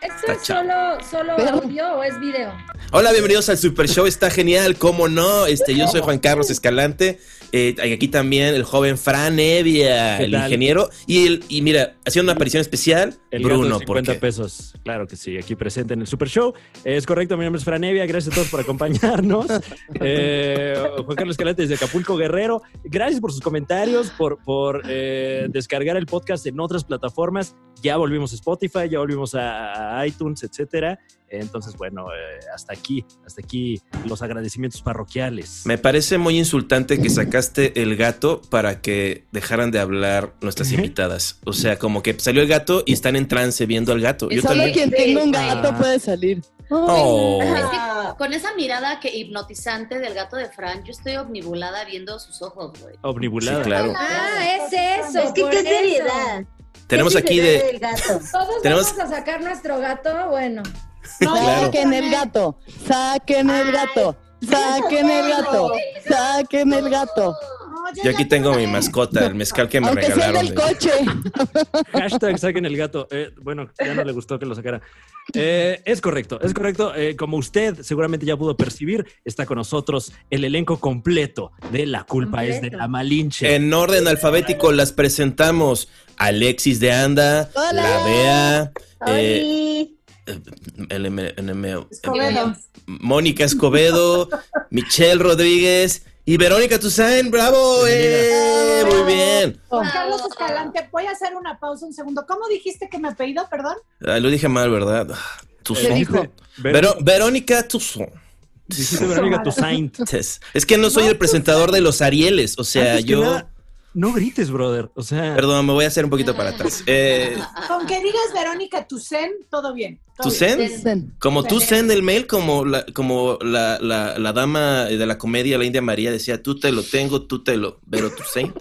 ¿Esto es solo, solo audio o es video? Hola, bienvenidos al Super Show, está genial, ¿cómo no? Este, yo soy Juan Carlos Escalante, eh, aquí también el joven Fran Evia, ¿Qué el tal? ingeniero, y, el, y mira, haciendo una aparición especial, El Bruno, gato de 50 porque... pesos. Claro que sí, aquí presente en el Super Show. Es correcto, mi nombre es Franevia. Gracias a todos por acompañarnos. Eh, Juan Carlos Calante desde Acapulco Guerrero. Gracias por sus comentarios, por, por eh, descargar el podcast en otras plataformas. Ya volvimos a Spotify, ya volvimos a, a iTunes, etcétera. Entonces, bueno, eh, hasta aquí, hasta aquí los agradecimientos parroquiales. Me parece muy insultante que sacaste el gato para que dejaran de hablar nuestras invitadas. O sea, como que salió el gato y están en trance viendo al gato. Y Yo solo Solo quien también... tenga un Ah. gato puede salir. Oh. Con esa mirada que hipnotizante del gato de Fran, yo estoy omnibulada viendo sus ojos, güey. Omnibulada. Sí, claro. Ah, es eso. Es que por qué eso. seriedad. Tenemos ¿Qué aquí seriedad de... del gato? Todos Tenemos- vamos a sacar nuestro gato, bueno. Claro. Saquen el gato, saquen el gato, saquen el gato, saquen el gato. Yo aquí tengo mi mascota, el mezcal que me Aunque sea regalaron. del coche. Hashtag saquen el gato. Eh, bueno, ya no le gustó que lo sacara. Eh, es correcto, es correcto. Eh, como usted seguramente ya pudo percibir, está con nosotros el elenco completo de La culpa es de Completo. la Malinche. En orden alfabético las presentamos Alexis de Anda, Hola. la Bea, eh, Oli, LM, NM, Escobedo. Mónica Escobedo, Michelle Rodríguez y Verónica Toussaint. ¡Bravo! eh! Bravo. Muy bien. Wow. Juan Carlos Escalante, voy a hacer una pausa un segundo. ¿Cómo dijiste que me apellido, perdón? Ah, lo dije mal, ¿verdad? Ah, Le Toussaint. dijo, Ver- Pero- Verónica Toussaint. dijiste Verónica Toussaint. Es es que no soy el presentador de los Arieles, o sea, Antes que yo... nada, no grites, brother. O sea, Perdón, me voy a hacer un poquito para atrás. Eh, Ah, Con que digas Verónica Tucen, todo bien. todo bien. ¿Toussaint? "Ven". Como tú send el mail, como la, como la, la, la dama de la comedia, la India María, decía, tú te lo tengo, tú te lo, pero tú send.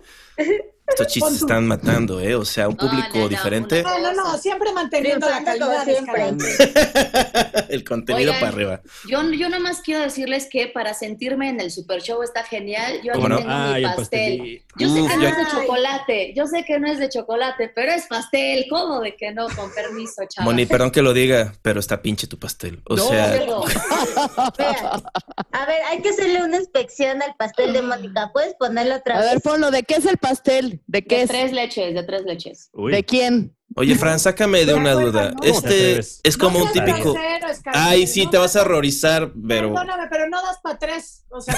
Estos chistes están matando, ¿eh? O sea, un No, público no, no, diferente, una- No, no, no, siempre manteniendo la Triunfando calidad. como siempre. Escalante. el contenido Oigan. para arriba. Yo, yo nada más quiero decirles que para sentirme en el super show está genial. Yo aquí ¿Cómo no? tengo ay, mi el pastel. pastelito. Yo sé Uf, que no yo- es de chocolate, yo sé que no es de chocolate, pero es pastel. ¿Cómo de que no? Con permiso, chaval. Moni, perdón que lo diga, pero está pinche tu pastel. O sea, Vean, A ver, hay que hacerle una inspección al pastel de Mónica. ¿Puedes ponerlo otra A ver, vez? ponlo, ¿de qué es el pastel? ¿De qué De es? tres leches, de tres leches. Uy, ¿De quién? oye, Fran, sácame de una duda. ¿Cómo te Este atreves? es como No un seas típico. grosero, Escalante, Ay, sí, no te vas a das- horrorizar, pero. Perdóname, pero no das para tres. O sea,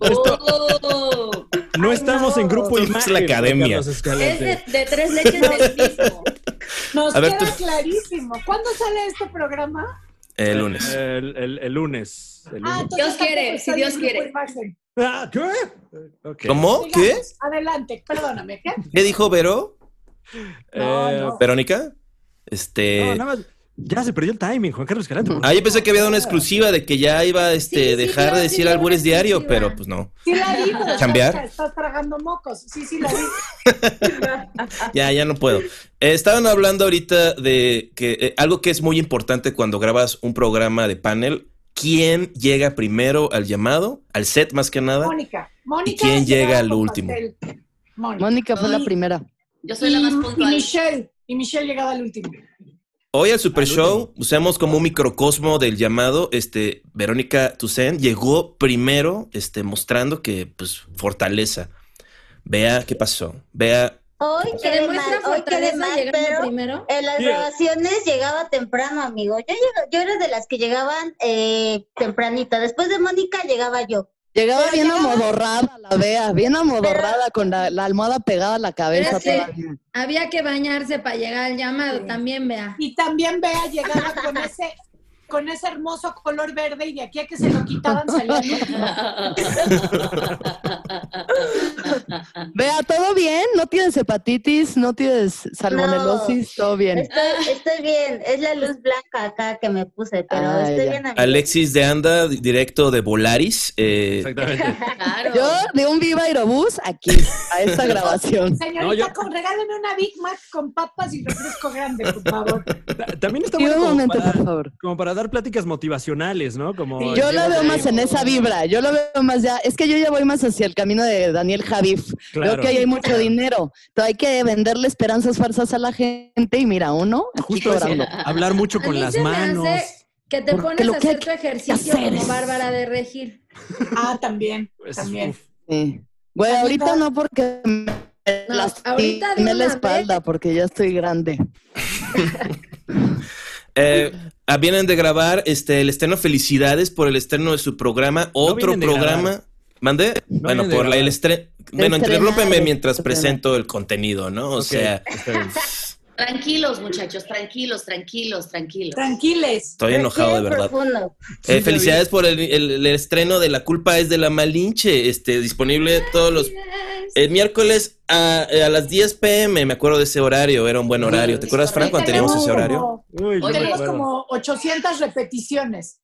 Oh, no estamos en grupo Esto es imagen. la academia. Carlos es Escalante. de, de tres leches del mismo. nos A ver, queda tú- clarísimo. ¿Cuándo sale este programa? El lunes. El, el- el lunes. el Ah, lunes. entonces Dios quiere, tampoco si estoy Dios en grupo quiere. imagen. Ah, ¿Qué? Ok. ¿Cómo? ¿Oh, ¿Qué? Sigamos, Adelante, perdóname. ¿qué? ¿Qué dijo Vero? No, Eh, no. ¿Verónica? Este. No, nada más. Ya se perdió el timing, Juan Carlos Escalante. ¿por qué? Ah, yo pensé que había dado una exclusiva de que ya iba a este, Sí, sí, dejar yo de sí decir vi una albures diario, exclusiva. pero pues no. Sí la dijo. ¿Chambear? estás- Estás tragando mocos. Sí, sí la dijo. Ah. Ya, ya no puedo. Eh, estaban hablando ahorita de que eh, algo que es muy importante cuando grabas un programa de panel, ¿quién llega primero al llamado, al set más que nada? Mónica. Mónica. ¿Y quién se llega va al con último? pastel. Mónica. Mónica fue la Ay. primera. Yo soy la más y puntual. Michelle. Y Michelle llegaba al último. Hoy al Super Al Show usamos como un microcosmo del llamado, este, Verónica Toussaint llegó primero, este, mostrando que, pues, fortaleza. Vea qué pasó. Vea, Hoy ¿Se quedé mal, demuestra hoy quedé fortaleza mal, llegando pero primero? en las Mira. grabaciones llegaba temprano, amigo. Yo, llega- yo era de las que llegaban eh, tempranito. Después de Mónica llegaba yo. Llegaba Pero bien llegaba- amodorrada la Bea, bien amodorrada con la, la almohada pegada a la cabeza Pero es que- todavía. Había que bañarse para llegar al llamado, también vea. Y también Bea llegaba con ese, con ese hermoso color verde y de aquí a que se lo quitaban salía el último. Bea, ¿todo bien? ¿No tienes hepatitis? ¿No tienes salmonelosis? ¿Todo bien? Estoy, estoy bien. Es la luz blanca acá que me puse, pero Ah, estoy ya. bien. amigo. Alexis de Anda, directo de Volaris. eh, Exactamente. Claro. Yo de un Viva Aerobús aquí, a esta grabación. No, Señorita, yo- con, regálame una Big Mac con papas y refresco grande, por favor. Ta- También está Y bueno un como momento, para, por favor. como para dar pláticas motivacionales, ¿no? Como Yo la llegas veo ahí- más en esa vibra, yo la veo más ya, es que yo ya voy más hacia el camino de Daniel Javif, Claro. Creo que ahí hay mucho dinero. Entonces hay que venderle esperanzas falsas a la gente y mira, uno aquí Justo eso, cobrando. hablar mucho A con mí las se me manos. hace Que te Porque pones lo a que hay hacer tu ejercicio hacer como es- Bárbara de Regir. Ah, también, Pues, también. uf, Sí. Güey, ahorita no porque me No, lastimé ahorita de una la espalda porque ya estoy grande. Eh, ah, vienen de grabar este, el estreno Felicidades por el estreno de su programa. Otro vienen de programa. grabar. ¿Mandé? bueno, vienen de por la- el grabar. estreno. Bueno, Estrenar, interrúmpeme mientras estrenar. presento el contenido, ¿no? O ok, sea, está bien. Tranquilos, muchachos, tranquilos, tranquilos, tranquilos. Tranquiles. estoy enojado de Respira verdad. profundo. Eh, felicidades por el, el- el estreno de La culpa es de la Malinche, este, disponible todos los el miércoles a, a las 10 pm, me acuerdo de ese horario, era un buen horario. ¿Te acuerdas, Fran, cuando teníamos ese horario? como- Uy, no me tenemos acuerdo. como 800 repeticiones.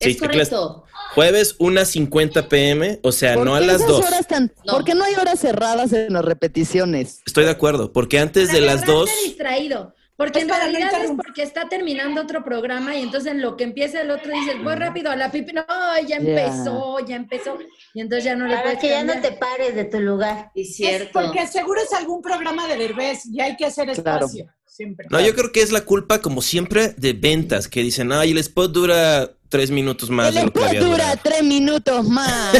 Sí, es te clas- correcto. Jueves 1.50 pm, o sea, ¿Por no a qué las esas 2. horas tan- No. ¿Por qué no hay horas cerradas en las repeticiones? Estoy de acuerdo, porque antes de Para las agarrarte 2, distraído. Porque Es en para no realidad es interrumpir. porque está terminando otro programa y entonces en lo que empieza el otro dices, voy rápido a la pipi. No, ya empezó, ya empezó. Y entonces ya no le Para puedes que ya no cambiar. te pares de tu lugar. Es Es cierto. porque seguro es algún programa de Derbez y hay que hacer Claro. espacio. Siempre. no, yo creo que es la culpa, como siempre, de ventas, que dicen, ay, el spot dura 3 minutos más El de lo que spot había dura durado. tres minutos más.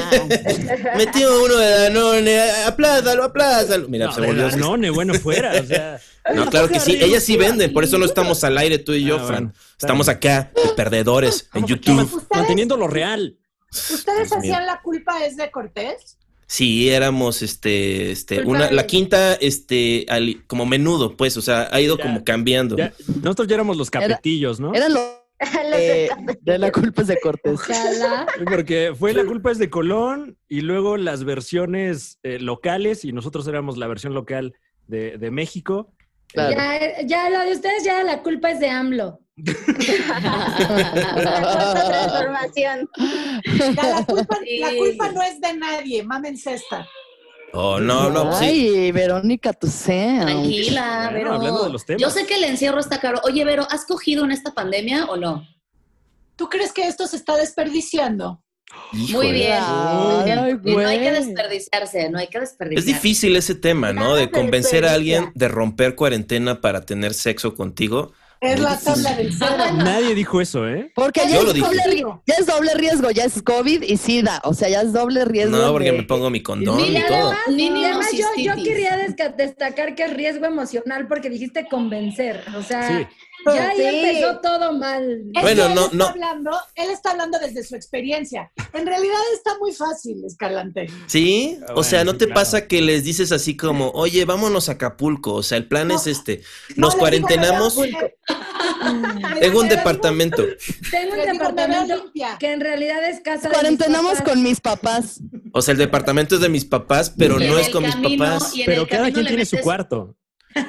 Metimos uno de Danone, aplázalo, aplázalo. Mira, No, se de volvió Danone, bueno, fuera. O sea, No, claro que sí. Ellas sí venden, por eso no estamos al aire tú y yo, Ah, Fran. bueno, está estamos bien. acá, de perdedores, en YouTube. ¿Ustedes, manteniendo lo real. ¿ustedes Dios mío. hacían la culpa es de Cortés? Sí, éramos este, este, una, la Culpables. quinta, este, al- como menudo, pues, o sea, ha ido Ya. como cambiando. Ya, nosotros ya éramos los capetillos, ¿no? Eran los Los eh, escapes. de la culpa es de Cortés. Ojalá. Sí, Porque fue La culpa es de Colón y luego las versiones eh, locales y nosotros éramos la versión local de, de México. Eh, Claro. Ya, Ah, ya la de ustedes, ya la culpa es de AMLO. La cuarta transformación. Ya, la, culpa, Sí. la culpa no es de nadie, mámense esta. Oh, no, no, sí. Ay, Verónica Tucen. Tranquila, Bueno, Vero. hablando de los temas. Yo sé que el encierro está caro. Oye, Vero, ¿has cogido en esta pandemia o no? ¿Tú crees que esto se está desperdiciando? Híjole. Muy bien. muy bien. Ay, Y no hay que güey. desperdiciarse, no hay que desperdiciar. Es difícil ese tema, ¿no? De Nada convencer a alguien desperdicia. de romper cuarentena para tener sexo contigo. Es la tabla del Este Ah, cero. bueno, Nadie dijo eso, ¿eh? Porque Yo ya lo es, dije. doble, ri- ya es doble riesgo, ya es COVID y SIDA. O sea, ya es doble riesgo. No, porque de- me pongo mi condón Y y Oh, todo. además, Ni y además yo, yo neonocistitis. quería desca- destacar que es riesgo emocional porque dijiste convencer. O sea, Sí. ya ahí Sí. empezó todo mal. Es Bueno, que él no, está no. Hablando, él está hablando desde su experiencia. En realidad está muy fácil, Escalante. ¿Sí? Ah, O sea, bueno, ¿no sí, te claro. pasa que les dices así como, oye, vámonos a Acapulco? O sea, el plan es este. No, Nos le cuarentenamos. digo, me veo- Tengo un Le digo, departamento. Tengo le un digo, me veo departamento limpia. que en realidad es casa de mis Cuarentenamos papás. con mis papás. O sea, el departamento es de mis papás, pero y en no es el con mis camino- papás. y en Pero el cada camino quien le tiene su metes- cuarto.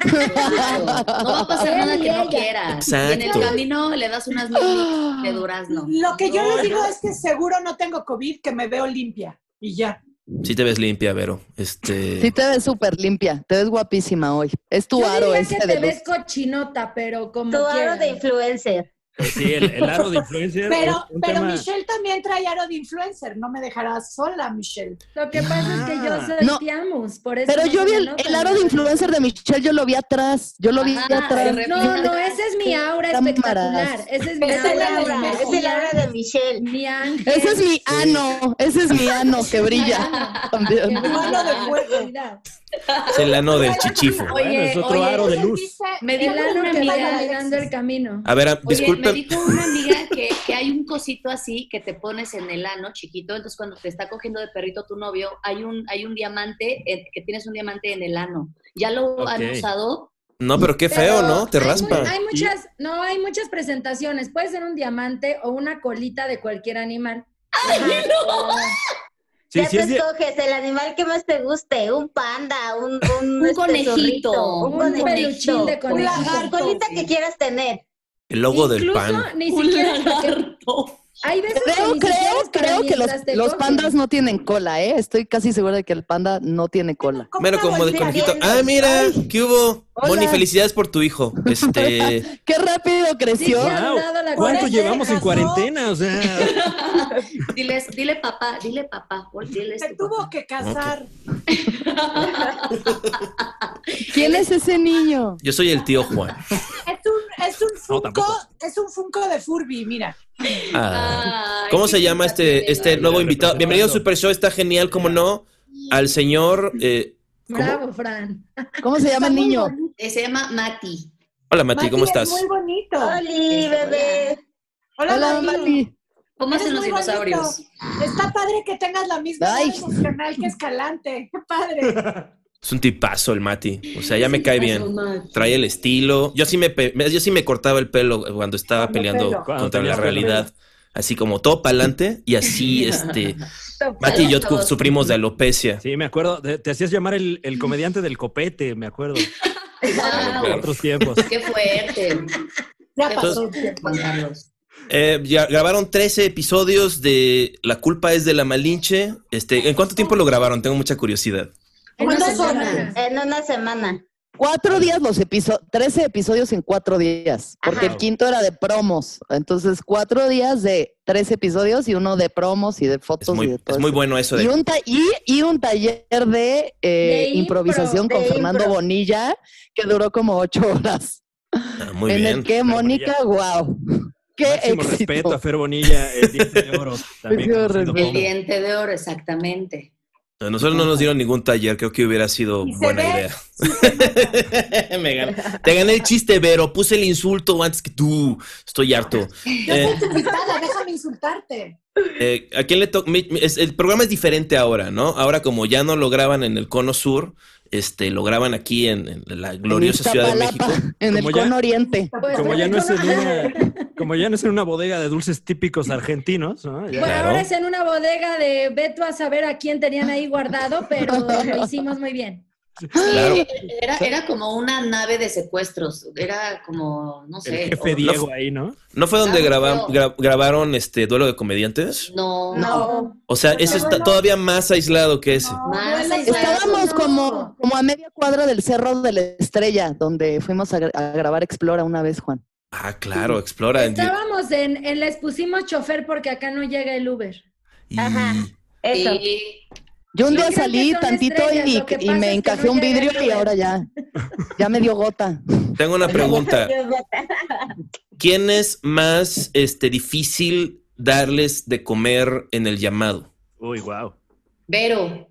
Claro, No va a pasar Él nada y que no ella. quieras. Y en el Exacto. camino le das unas mil de durazno. Lo que yo les digo es que seguro no tengo COVID, que me veo limpia. Y ya. Sí te ves limpia, Vero. Este. Sí, te ves súper limpia. Te ves guapísima hoy. Es tu Yo aro diría ese que este de te luz. ves cochinota, pero como Tu aro quieras. de influencer. Sí, el, el aro de influencer. es Pero, un pero tema- Michelle también trae aro de influencer. No me dejarás sola, Michelle. Lo que pasa es que yo soy No. tiamus, por eso Pero no yo se vi me el, nota, el aro de ¿no? influencer de Michelle, yo lo vi atrás. Yo lo vi Ajá, atrás. de No, no, ese es mi aura Cámaras. espectacular. Ese es mi Es el aura. aura, mi Es el ángel, aura de Michelle. Mi ángel. Ese es mi ano. Ese es mi ano que brilla. También. Mi mano de fuego. Es el ano del chichifo. Bueno, Oye, es otro oye, aro de Entonces luz. dice- Me dijo El ano una que amiga, va Alexis. llegando el camino. A ver, ah, a- Oye, disculpe. me dijo una amiga que, que hay un cosito así que te pones en el ano chiquito, entonces cuando te está cogiendo de perrito tu novio, hay un, hay un diamante, eh, que tienes un diamante en el ano. Ya lo han Ok. usado. No, pero qué Pero feo, ¿no? Te hay mu- raspa. Hay muchas, no, hay muchas presentaciones. Puede ser un diamante o una colita de cualquier animal. Ajá. Sí, ya sí, tú es de- escoges el animal que más te guste, un panda, un, un, Un este, conejito, zorrito, un un, conejito, peluchín de un conejito. lagarto, colita que quieras tener. El logo del Incluso pan. Ni Un siquiera lagarto. Hay veces que Creo, ni siquiera es creo, para creo que los, mientras te los cogen. pandas no tienen cola, ¿eh? Estoy casi segura de que el panda no tiene cola. Bueno, una como de bolsita conejito. bien- Ah, mira, ¿qué hubo? Hola. Moni, felicidades por tu hijo. Este. ¡Qué rápido Sí, sí, creció! al Wow. lado la ¿Cuánto cola. llevamos en casó. cuarentena? O sea, Diles, dile papá, dile papá, Paul, dile Se esto. tuvo que casar. ¿Quién es ese niño? Yo soy el tío Juan. Es un, es un No, Funko, tampoco. es un Funko de Furby, mira. Ah. Ay, ¿Cómo qué se llama este, simpático. este nuevo invitado? Bienvenido a Super Show, está genial, como no, al señor. eh, ¿cómo? Bravo, Fran. ¿Cómo se llama el niño? Eh, Se llama Mati. Hola, Mati, ¿cómo Mati, estás? Es muy bonito. Oli, bebé. Hola, Hola, Mati. Mati. ¿Cómo Eres hacen los muy bonito. dinosaurios? Está padre que tengas la misma edad Ay. emocional que Escalante. Qué padre. Es un tipazo el Mati. O sea, ya me cae bien. Trae el estilo. Yo sí me, pe- yo sí me cortaba el pelo cuando estaba Cuando peleando pelo. Cuando contra la tenías pelo. realidad. Así como todo pa'lante y así, este, Mati y yo cu- sufrimos de alopecia. Sí, me acuerdo. Te, te hacías llamar el, el comediante del copete, me acuerdo. Ah, Wow, Otros tiempos. ¡Qué fuerte! Ya Qué pasó. fuerte, Juan Carlos. Eh, ya grabaron 13 episodios de La culpa es de la Malinche. Este, ¿En cuánto tiempo lo grabaron? Tengo mucha curiosidad. En una ¿Cuántas semana. horas? En una semana. Cuatro días los episodios, trece episodios en cuatro días, porque Ajá. el quinto era de promos. Entonces, cuatro días de tres episodios y uno de promos y de Es fotos y muy, de todo. es muy eso. bueno eso y, de un ta- y, y un taller de, eh, De impro, improvisación con de Fernando impro. Bonilla, que duró como ocho horas. Ah, muy en bien. el que Mónica, wow. Qué Máximo éxito. respeto a Fer Bonilla, el diente de oro. También Máximo conocido respeto. El como- diente de oro, exactamente. A nosotros no nos dieron ningún taller, creo que hubiera sido Y se buena ve, idea. Me gané. Te gané el chiste, Vero. Puse el insulto antes que tú. Estoy harto. Yo Eh, soy tu invitada, déjame insultarte. eh, ¿A quién le toca? El programa es diferente ahora, ¿no? Ahora, como ya no lo graban en el Cono Sur, este, lo graban aquí en, en la gloriosa Ciudad de México. Iztapalapa, En el Como ya- Cono Oriente. Pues, Como ya, no es en bueno, una, como ya no es en una bodega de dulces típicos argentinos, ¿no? Ya. Bueno, Claro. ahora es en una bodega de Beto a saber a quién tenían ahí guardado, pero lo hicimos muy bien. Claro. Era, era como una nave de secuestros. Era como, no sé. el jefe o- Diego ahí, ¿no? ¿No fue donde Ah, graban- pero- gra- grabaron este duelo de comediantes? No, no. No. O sea, ese está todavía más aislado que ese. Más no, aislado. Estábamos no. como, como a media cuadra del Cerro de la Estrella, donde fuimos a, gra- a grabar Explora una vez, Juan. Ah, claro, explora. Estábamos en, en- les pusimos chofer porque acá no llega el Uber. Y- Ajá. Eso. Sí. Yo un No día creo que salí son tantito estrellas, y, lo que y pasa es me que encajé no un llega el vidrio y Uber. ahora ya, ya me dio gota. Tengo una pregunta. ¿Quién es más este, difícil darles de comer en el llamado? Uy, wow. Vero.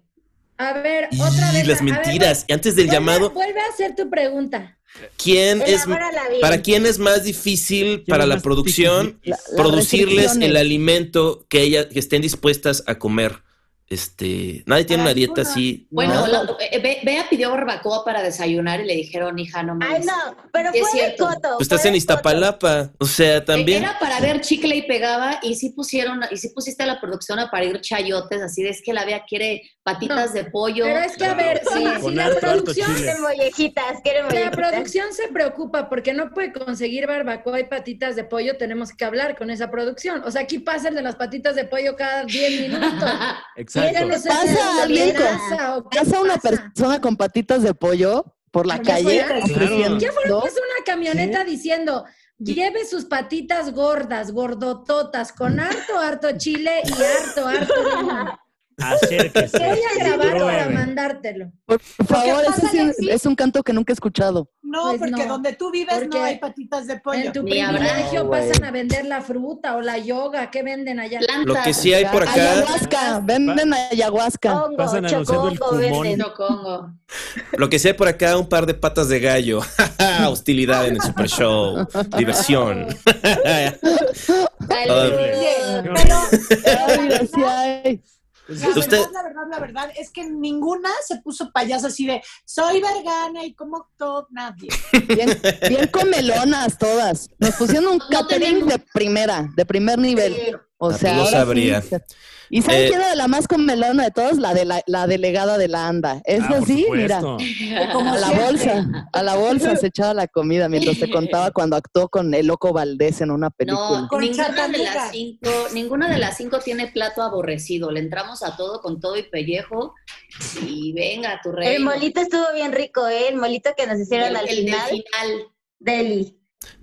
A ver, Y otra vez. las a- a ver, mentiras. Antes del vuelve- llamado, Vuelve a hacer tu pregunta. ¿quién es Elabórala bien. para quién es más difícil para es la más producción La- las producirles el restricciones. alimento que ellas que estén dispuestas a comer? Este, nadie tiene Ah, una dieta una. así. Bueno, No. la- eh, Be- Bea pidió barbacoa para desayunar y le dijeron, hija, no Ay, mames. no, pero Sí, es fue de cierto. coto. Tú Pues estás fue en de Iztapalapa, o sea, también. Era para ver chicle y pegaba y sí pusieron, y sí pusiste a la producción a parir chayotes, así de es que la Bea quiere patitas No, de pollo. Pero es que, a Wow. ver, si, Con si la harto, harto producción coto. chile. Quieren mollejitas, quieren La mollejitas. producción se preocupa porque no puede conseguir barbacoa y patitas de pollo. Tenemos que hablar con esa producción. O sea, aquí pasa el de las patitas de pollo cada 10 minutos. Ya no Exacto. sé Pasa si es la alguien con- amenaza o qué Pasa una pasa. persona con patitas de pollo por la Yo calle. soy- ofreciendo- ¿Qué fueron? Pasa una camioneta diciendo, lleve sus patitas gordas, gordototas, con harto, harto chile y harto, harto limón. Acérquese. Voy a grabar para Pruebe. mandártelo. Por favor, pasa, ese sí es, Alexis? es un canto que nunca he escuchado. No, Pues porque no, donde tú vives porque no hay patitas de pollo. En tu Ni habrá. eh. privilegio No, güey. pasan a vender la fruta o la yoga. ¿Qué venden allá? Plantas. Lo que sí hay por acá, Ayahuasca, Oh. venden ayahuasca. Hongo, Pasan anunciando el chocongo, cumón. verde. Chocongo. lo que sí hay por acá, un par de patas de gallo. Hostilidad en el Super Show. Diversión. Ay, sí Salud. Oye, pero hay. la verdad, Usted- la verdad, la verdad es que ninguna se puso payaso así de soy vergana y como todo nadie. Bien, bien comelonas todas. Nos pusieron un catering tenemos- de primera, de primer nivel. Sí. O sea, Ah, pues lo ahora sí. sabría. ¿Y Eh, saben quién era la más comelona de todas? La de la, la delegada de la ANDA. Es Ah, por así, mira, supuesto. Como a la siempre. bolsa, a la bolsa se echaba la comida mientras te contaba cuando actuó con el loco Valdés en una película. No, Con ninguna de, chatanera. las cinco, ninguna de las cinco tiene plato aborrecido. Le entramos a todo con todo y pellejo. Y venga, tu rey. El molito estuvo bien rico, ¿eh? El molito que nos hicieron al final. final. Deli.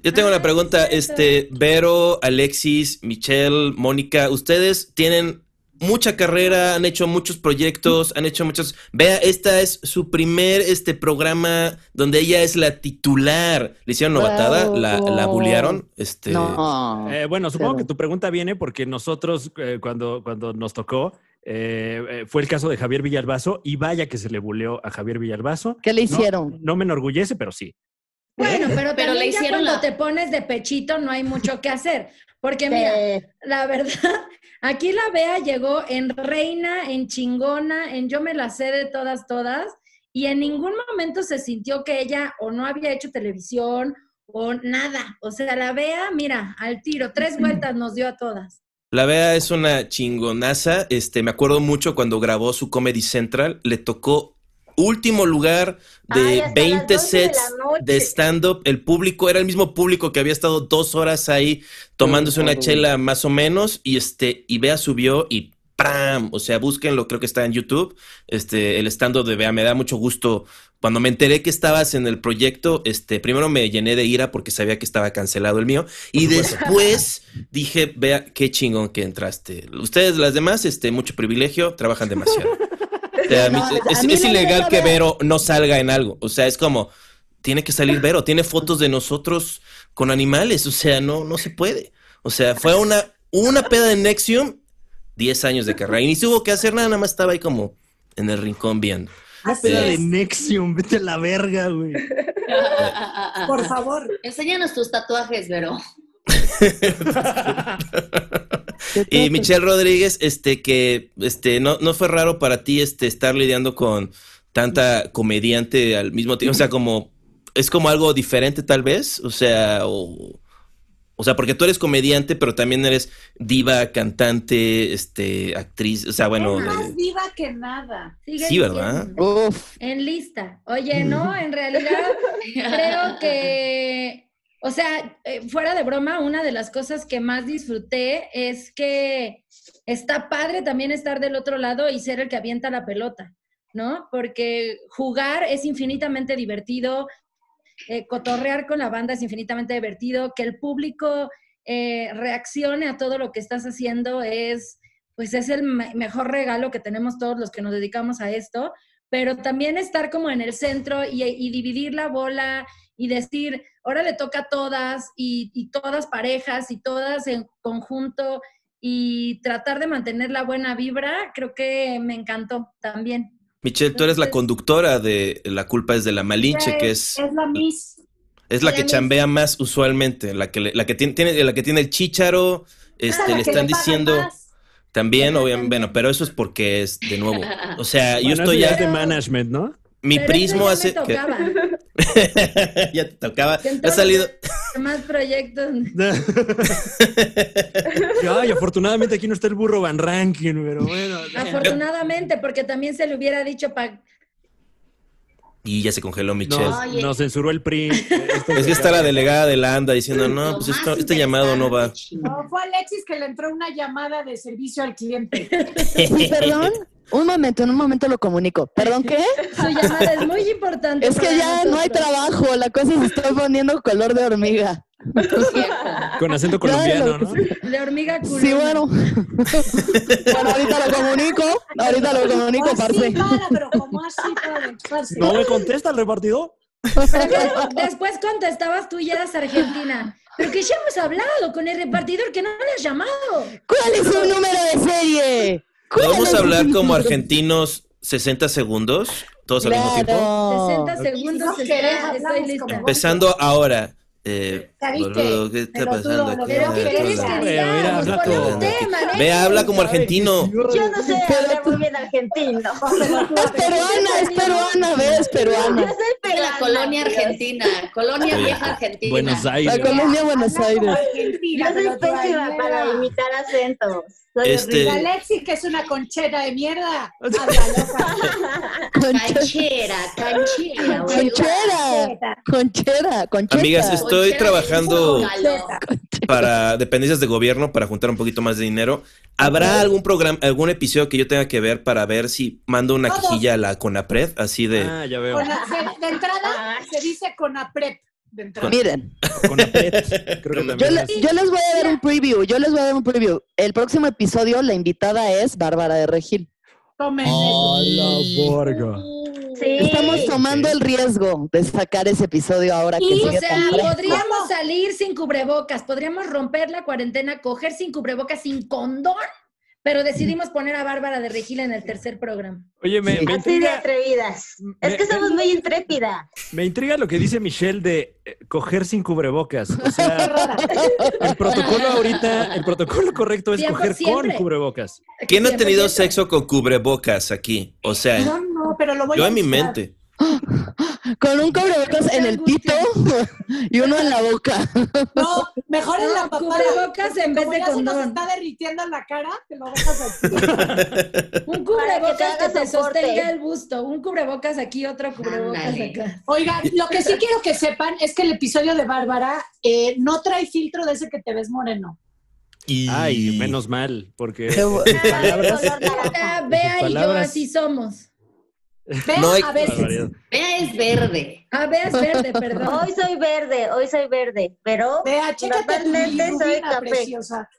Yo tengo una pregunta, este, Vero, Alexis, Michelle, Mónica, ¿ustedes tienen mucha carrera, han hecho muchos proyectos, han hecho muchos. Vea, esta es su primer este programa donde ella es la titular. Le hicieron novatada, la, la bullearon. Este, No. Eh, bueno, supongo Pero- que tu pregunta viene porque nosotros, eh, cuando, cuando nos tocó, eh, eh, fue el caso de Javier Villalbazo y vaya que se le buleó a Javier Villalbazo. ¿Qué le No, No, hicieron? me enorgullece, pero sí. Bueno, pero, Pero también le ya hicieron cuando la- te pones de pechito no hay mucho que hacer. Porque mira, Eh, La verdad, aquí la Bea llegó en reina, en chingona, en yo me la sé de todas, todas, y en ningún momento se sintió que ella o no había hecho televisión o nada. O sea, la Bea, mira, al tiro, tres vueltas nos dio a todas. La Bea es una chingonaza. Este, me acuerdo mucho cuando grabó su Comedy Central, le tocó último lugar Ay, de hasta 20 las 12 de la sets noche. de stand-up. El público era el mismo público que había estado dos horas ahí tomándose una chela más o menos. Y este, y Bea subió y ¡pram! O sea, búsquenlo, creo que está en YouTube. Este, el stand-up de Bea me da mucho gusto. Cuando me enteré que estabas en el proyecto, este, primero me llené de ira porque sabía que estaba cancelado el mío. Y después dije, vea, qué chingón que entraste. Ustedes, las demás, este, mucho privilegio, trabajan demasiado. O sea, No, a mí- a es mí es la ilegal neta, que Bea- Vero no salga en algo. O sea, es como, tiene que salir Vero, tiene fotos de nosotros con animales. O sea, no, no se puede. O sea, fue una, una peda de Nexium, 10 años de carrera. Y ni tuvo que hacer nada, nada más estaba ahí como en el rincón viendo. Una Así peda de es. Nexium, vete a la verga, güey. Por favor. Enséñanos tus tatuajes, Vero. Y Michelle Rodríguez, este, que este, no, no fue raro para ti este, estar lidiando con tanta comediante al mismo tiempo. O sea, como es como algo diferente tal vez. O sea, o, o sea, porque tú eres comediante, pero también eres diva, cantante, este, actriz. O sea, bueno, Más eh, viva que nada. Sigue Sí, ¿verdad? diciendo. Uf, En lista. Oye, no, en realidad creo que, o sea, eh, fuera de broma, una de las cosas que más disfruté es que está padre también estar del otro lado y ser el que avienta la pelota, ¿no? Porque jugar es infinitamente divertido, eh, cotorrear con la banda es infinitamente divertido, que el público eh, reaccione a todo lo que estás haciendo es, pues es el me- mejor regalo que tenemos todos los que nos dedicamos a esto, pero también estar como en el centro y, y dividir la bola y decir, ahora le toca a todas y, y todas parejas y todas en conjunto y tratar de mantener la buena vibra, creo que me encantó también. Michelle, tú eres la conductora de La culpa es de la Malinche, que es, Es la Miss. es la la que mis- chambea más usualmente, la que, le- la que tiene, tiene- la que tiene el chícharo, Esa este, es Ah, la le que están pagan diciendo. más. También, Ajá, obviamente, también. bueno, pero eso es porque es de nuevo. O sea, Bueno, yo eso estoy ya ya. es de management, ¿no? mi Pero prismo hace. eso ya me tocaba, que- ya te tocaba. que en Ha todos salido. los demás proyectos. Ay, afortunadamente aquí no está el burro Van Rankin, pero bueno. Afortunadamente, porque también se le hubiera dicho pa- Y ya se congeló Michelle. Nos, Oye. nos censuró el PRI. Es que está la delegada de la ANDA diciendo, no, Lo pues más esto- este llamado no va. interesante, No, fue Alexis que le entró una llamada de servicio al cliente. sí, perdón. Un momento, en un momento lo comunico. ¿Perdón qué? su llamada es muy importante. Es que para ya no hay nosotros. trabajo, la cosa se está poniendo color de hormiga. cierto. Con acento colombiano, ¿no? De hormiga culona. Sí, bueno. bueno, ahorita lo comunico, ahorita lo comunico, así parce. para, pero como así para parce. No me contesta el repartidor. Pero que después contestabas tú y eras argentina. Pero que ya hemos hablado con el repartidor que no le has llamado. ¿Cuál es su número de serie? ¿Cuál Podemos es su hablar como número? argentinos 60 segundos, todos al mismo Claro. tiempo. 60 segundos, Si no está- querés, estoy hablamos lista. como- Empezando ahora. Eh, Ya viste, boludo, ¿qué está pelotudo, pasando lo aquí? que Pero ¿qué Claro. querés que Pero mira, digamos? habla Ponle un todo. tema, ¿eh? ¿no? Ve, habla como argentino. yo no sé hablar muy bien argentino. Es peruana, es peruana, ves, Yo peruana. soy Es peruana. la colonia amigos. argentina, colonia vieja argentina. Buenos La Aires. colonia Buenos Habla como Aires. Yo argentina, soy pelotuda de pésima mierda. para imitar acentos. Soy Este- Y Alexis, que es una conchera de mierda. habla Canchera, canchera. boludo. Conchera, loca. conchera, conchera. Amigas, esto- Estoy Conchera, trabajando- es un calor. para dependencias de gobierno para juntar un poquito más de dinero. ¿Habrá algún programa, algún episodio que yo tenga que ver para ver si mando una Todos. quejilla a la Conapred? Así de. Ah, ya veo. Con la- de, de entrada se dice con APREP. de entrada. Miren, Con Apret. Creo que Con yo, también le- es- yo les voy a dar un preview, yo les voy a dar un preview. El próximo episodio, la invitada es Bárbara de Regil. Tomen ¡Hola, Borgo! Sí. Estamos tomando el riesgo de sacar ese episodio ahora que O sigue sea, tan fresco. podríamos salir sin cubrebocas, podríamos romper la cuarentena, coger sin cubrebocas, sin condón, pero decidimos poner a Bárbara de Regila en el tercer programa. Oye, me, Sí. me Así de intriga, atrevidas. Es que somos muy intrépidas. me intriga lo que dice Michelle de eh, coger sin cubrebocas. O Qué sea, rara. el protocolo ahorita, el protocolo correcto es Tiempo coger con siempre. cubrebocas. ¿Quién ha Sí, tenido porque- sexo con cubrebocas aquí? O sea, No, no, pero lo voy yo a en mi buscar. mente. Con un cubrebocas en el pito y uno en la boca. No, mejor en la No, papada. cubrebocas porque en vez como de ya Se nos condón. está derritiendo la cara, te lo dejas así. Un Para que te cubrebocas que haga te soporte. sostenga el busto, un cubrebocas aquí, otro cubrebocas Ándale. acá. Oigan, lo que sí quiero que sepan es que el episodio de Bárbara eh, no trae filtro de ese que te ves moreno. Y... Ay, menos mal, porque Qué bu- Palabras. Ah, Bea y yo palabras- así somos. Ve No hay- a veces. barbaridad. Vea, es verde. A Bea es verde, perdón. Hoy soy verde, hoy soy verde, pero Vea, chécate tu Normalmente soy bilirrubina, café. preciosa.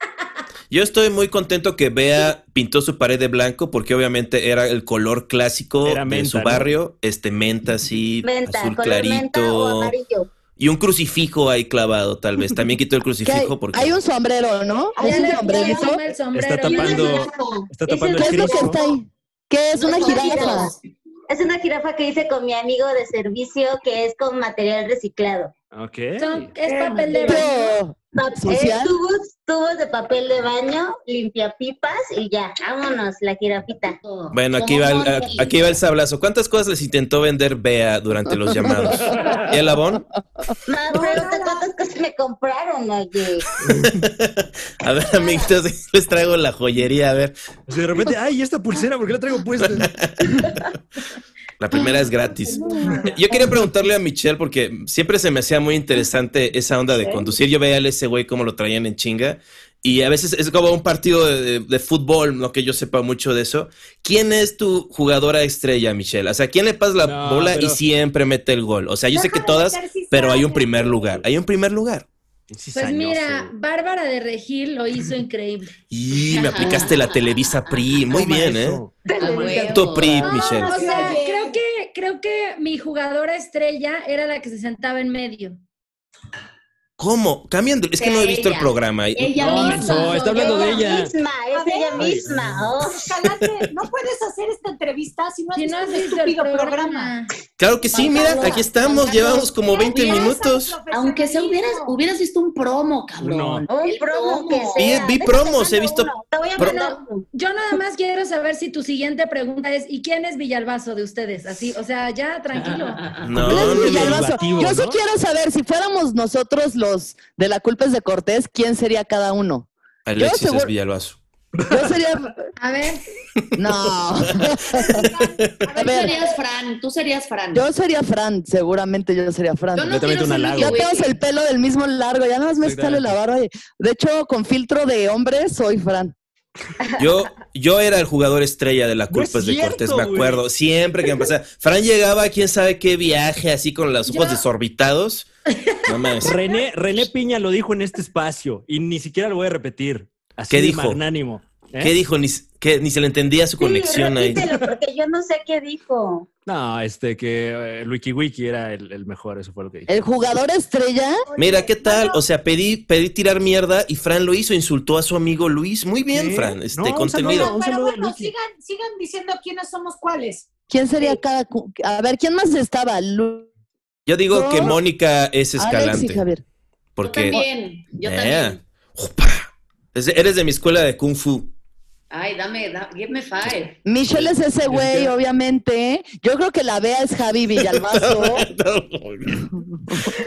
Yo estoy muy contento que Bea pintó su pared de blanco porque obviamente era el color clásico Era de menta, su ¿no? barrio, este menta así, menta, azul color menta clarito o amarillo. y un crucifijo ahí clavado tal vez. También quitó el que hay, crucifijo porque hay un sombrero, ¿no? Ya Hay le un ya sombrerito. suma el sombrero. Está tapando- está Ese ¿Qué tapando el es lo que Cristo. está ahí? ¿Qué es una Son jirafa? jirafas. Es una jirafa que hice con mi amigo de servicio que es con material reciclado. Ok. ¿eh? Son- es papel de baño. Pero, Pa- ¿Social? Es eh, tubos, tubos de papel de baño, limpia pipas y ya, vámonos, la jirafita. Bueno, aquí va, el, aquí va el sablazo. ¿Cuántas cosas les intentó vender Bea durante los llamados? ¿Y el abón? Más pregunta cuántas cosas me compraron, oye. A ver, amiguitos, les traigo la joyería. A ver, O sea, de repente, ay, esta pulsera, ¿por qué la traigo puesta? la primera es gratis. Yo quería preguntarle a Michelle porque siempre se me hacía muy interesante esa onda de conducir. Yo veía a ese güey como lo traían en chinga. Y a veces es como un partido de, de- de fútbol, no que yo sepa mucho de eso. ¿Quién es tu jugadora estrella, Michelle? O sea, ¿quién le pasa la No, bola pero- y siempre mete el gol? O sea, yo sé que Déjame todas, ver si pero hay un sale. primer lugar. Hay un primer lugar. Pues mira, eh. Bárbara de Regil lo hizo increíble. Y me aplicaste la Televisa PRI. Muy bien, ¿eh? Ah, Tanto PRI, Ah, Michelle. O sea, Oye. creo que, creo que mi jugadora estrella era la que se sentaba en medio. ¿Cómo? Cambiando. Es que no he visto el Ella. programa. Ella No, misma. no, está hablando de ella. misma, A es ver. ella misma. oh. Escalante, no puedes hacer esta entrevista si no has Si visto no has un visto el estúpido programa. programa. Claro que sí, mira, aquí estamos. Llevamos como 20 Mira, minutos. pasa el Aunque se hubieras, profesionalismo. hubieras visto un promo, cabrón. Un El promo que sea. Vi- vi Déjate promos, mando he visto uno, Te voy a pro- mandar uno. Yo nada más quiero saber si tu siguiente pregunta es ¿y quién es Villalbazo de ustedes? Así, o sea, ya tranquilo. No, Blas no, no. Villalbazo. derivativo, Yo sí ¿no? quiero saber si fuéramos nosotros los de la culpa es de Cortés, ¿quién sería cada uno? Yo Alexis es seguro- Villalbazo. Yo sería. A ver, No. Tú A ver, serías Fran, tú serías Fran. yo sería Fran, seguramente yo sería Fran. Yo Completamente quiero un ser halago. Nicky Ya Wick. tenemos el pelo del mismo largo, ya nada más me sale la barba. y- De hecho, con filtro de hombre soy Fran. Yo, yo era el jugador estrella de la No es culpa de cierto, Cortés, me güey. acuerdo. Siempre que me pasaba. Fran llegaba a quién sabe qué viaje, así con los ojos Yo- desorbitados. No mames. René, René Piña lo dijo en este espacio y ni siquiera lo voy a repetir. Así ¿Qué de dijo? magnánimo. ¿eh? ¿Qué dijo? Ni, s- que ni se le entendía su Sí, conexión ahí. repítelo, porque yo no sé qué dijo. No, este que eh, Wiki Wiki era el, el mejor, eso fue lo que dijo. El jugador estrella, Mira, ¿qué tal? O sea, pedí, pedí tirar mierda y Fran lo hizo, insultó a su amigo Luis. Muy bien, ¿Qué? Fran, este No, un contenido. saludo. Pero, pero saludo a bueno, Lucky. sigan, sigan diciendo quiénes somos cuáles. ¿quién sería cada.? cu- A ver, ¿quién más estaba? Lu- Yo digo que No. Mónica Alex es y escalante. Javier. Yo porque también, yo Eh. también. Upa. Es de- Eres de mi escuela de Kung Fu. Ay, dame, da- give me five. Michelle es ese güey, obviamente. Yo creo que la Bea es Javi Villalbazo.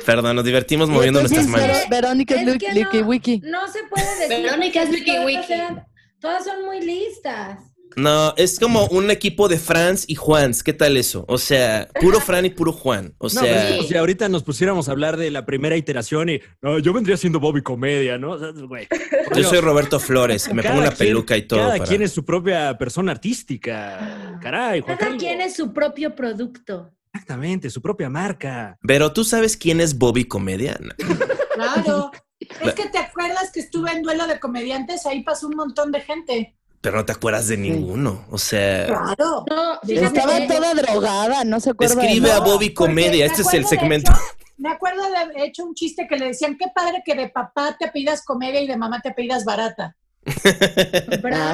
Perdón, nos divertimos Y moviendo entonces, nuestras Vero- manos. Verónica Es que es Licky no. Wiki. no se puede decir. Verónica es porque Wiki todas Wiki. eran- Todas son muy listas. No, es como un equipo de Franz y Juans. ¿Qué tal eso? O sea, puro Fran y puro Juan. O No, pues pero es sea, como si ahorita nos pusiéramos a hablar de la primera iteración y no, yo vendría siendo Bobby Comedia, ¿no? O sea, güey. yo soy Roberto Flores. Me Cada pongo una quien- peluca y todo. Cada para- quien es su propia persona artística. Caray, Juan Cada Carlos. quien es su propio producto. Exactamente, su propia marca. Pero tú sabes quién es Bobby Comedian. Claro. Es que te acuerdas que estuve en duelo de comediantes, ahí pasó un montón de gente. Pero no te acuerdas de ninguno. O sea, Claro. No, fíjate Estaba que- toda drogada, no se acuerda. de escribe nada. a Bobby Porque Comedia. me Este es el acuerdo de segmento. hecho- me acuerdo de haber hecho un chiste que le decían, qué padre que de papá te pidas comedia y de mamá te pidas barata. Ah, bravo.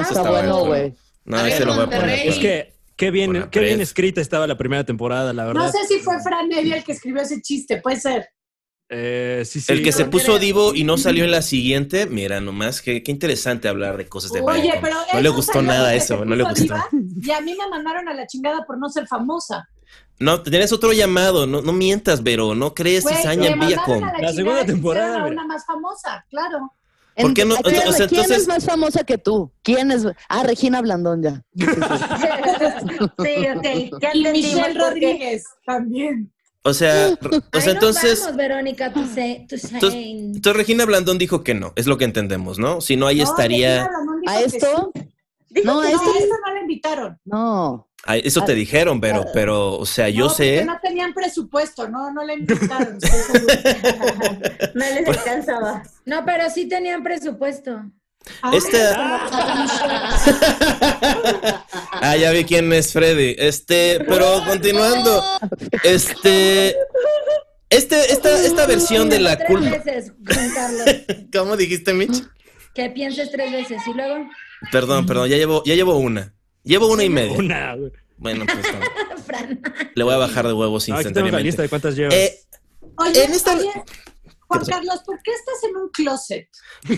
está Eso está bueno, bueno. güey. No, A ver, ese lo voy a poner. Monterrey. pues. Es que qué bien, Buena qué bien pres. escrita estaba la primera temporada, la verdad. No sé si fue Fran Nevia el que escribió ese chiste, puede ser. Eh, sí, sí. El que se no puso creo. divo y no salió en la siguiente, mira nomás, qué, qué interesante hablar de cosas Pues de Oye, Viacom. pero No él le gustó salió nada porque eso, se no le puso gustó. diva Y a mí me mandaron a la chingada por no ser famosa. No, tienes otro llamado, no, no mientas, pero no crees Güey, cizaña me en Viacom. mandaron a la, La chingada segunda y pusieron temporada, a mira. una más famosa, claro. ¿Por qué no? Ent- espérame, O sea, ¿Quién entonces- es más famosa que tú? ¿Quién es? Ah, Regina Blandón ya. Sí, ok. Ya Y entendimos Michelle por qué. Rodríguez también. O sea, Ahí o sea, nos pues entonces, vamos, Verónica Tuce- Tusain. entonces Regina Blandón dijo que no, es lo que entendemos, ¿no? Si no, ahí No, estaría. Regina Blandón dijo ¿A que esto? Dijo No, sí. a No, esto. a esto no la invitaron. No. Ay, eso te dijeron, pero, pero, o sea, yo No, porque sé. No tenían presupuesto, no, no la invitaron. estoy segura. No les Pues, alcanzaba. No, pero sí tenían presupuesto. Ah, Este- Ah, ya vi quién es Freddy. Este, pero continuando. Este. Este, esta, esta versión de la Tres culpa. veces, Juan Carlos. ¿Cómo dijiste, Mitch? Que pienses tres veces y luego. Perdón, perdón, ya llevo, ya llevo una. Llevo una y media. Una, güey. Bueno, pues no. Fran. le voy a bajar de huevos No, Ah, aquí tenemos la instantáneamente. lista de cuántas llevas. Eh, Oye, en esta- oye, Juan pasó? Carlos, ¿por qué estás en un closet?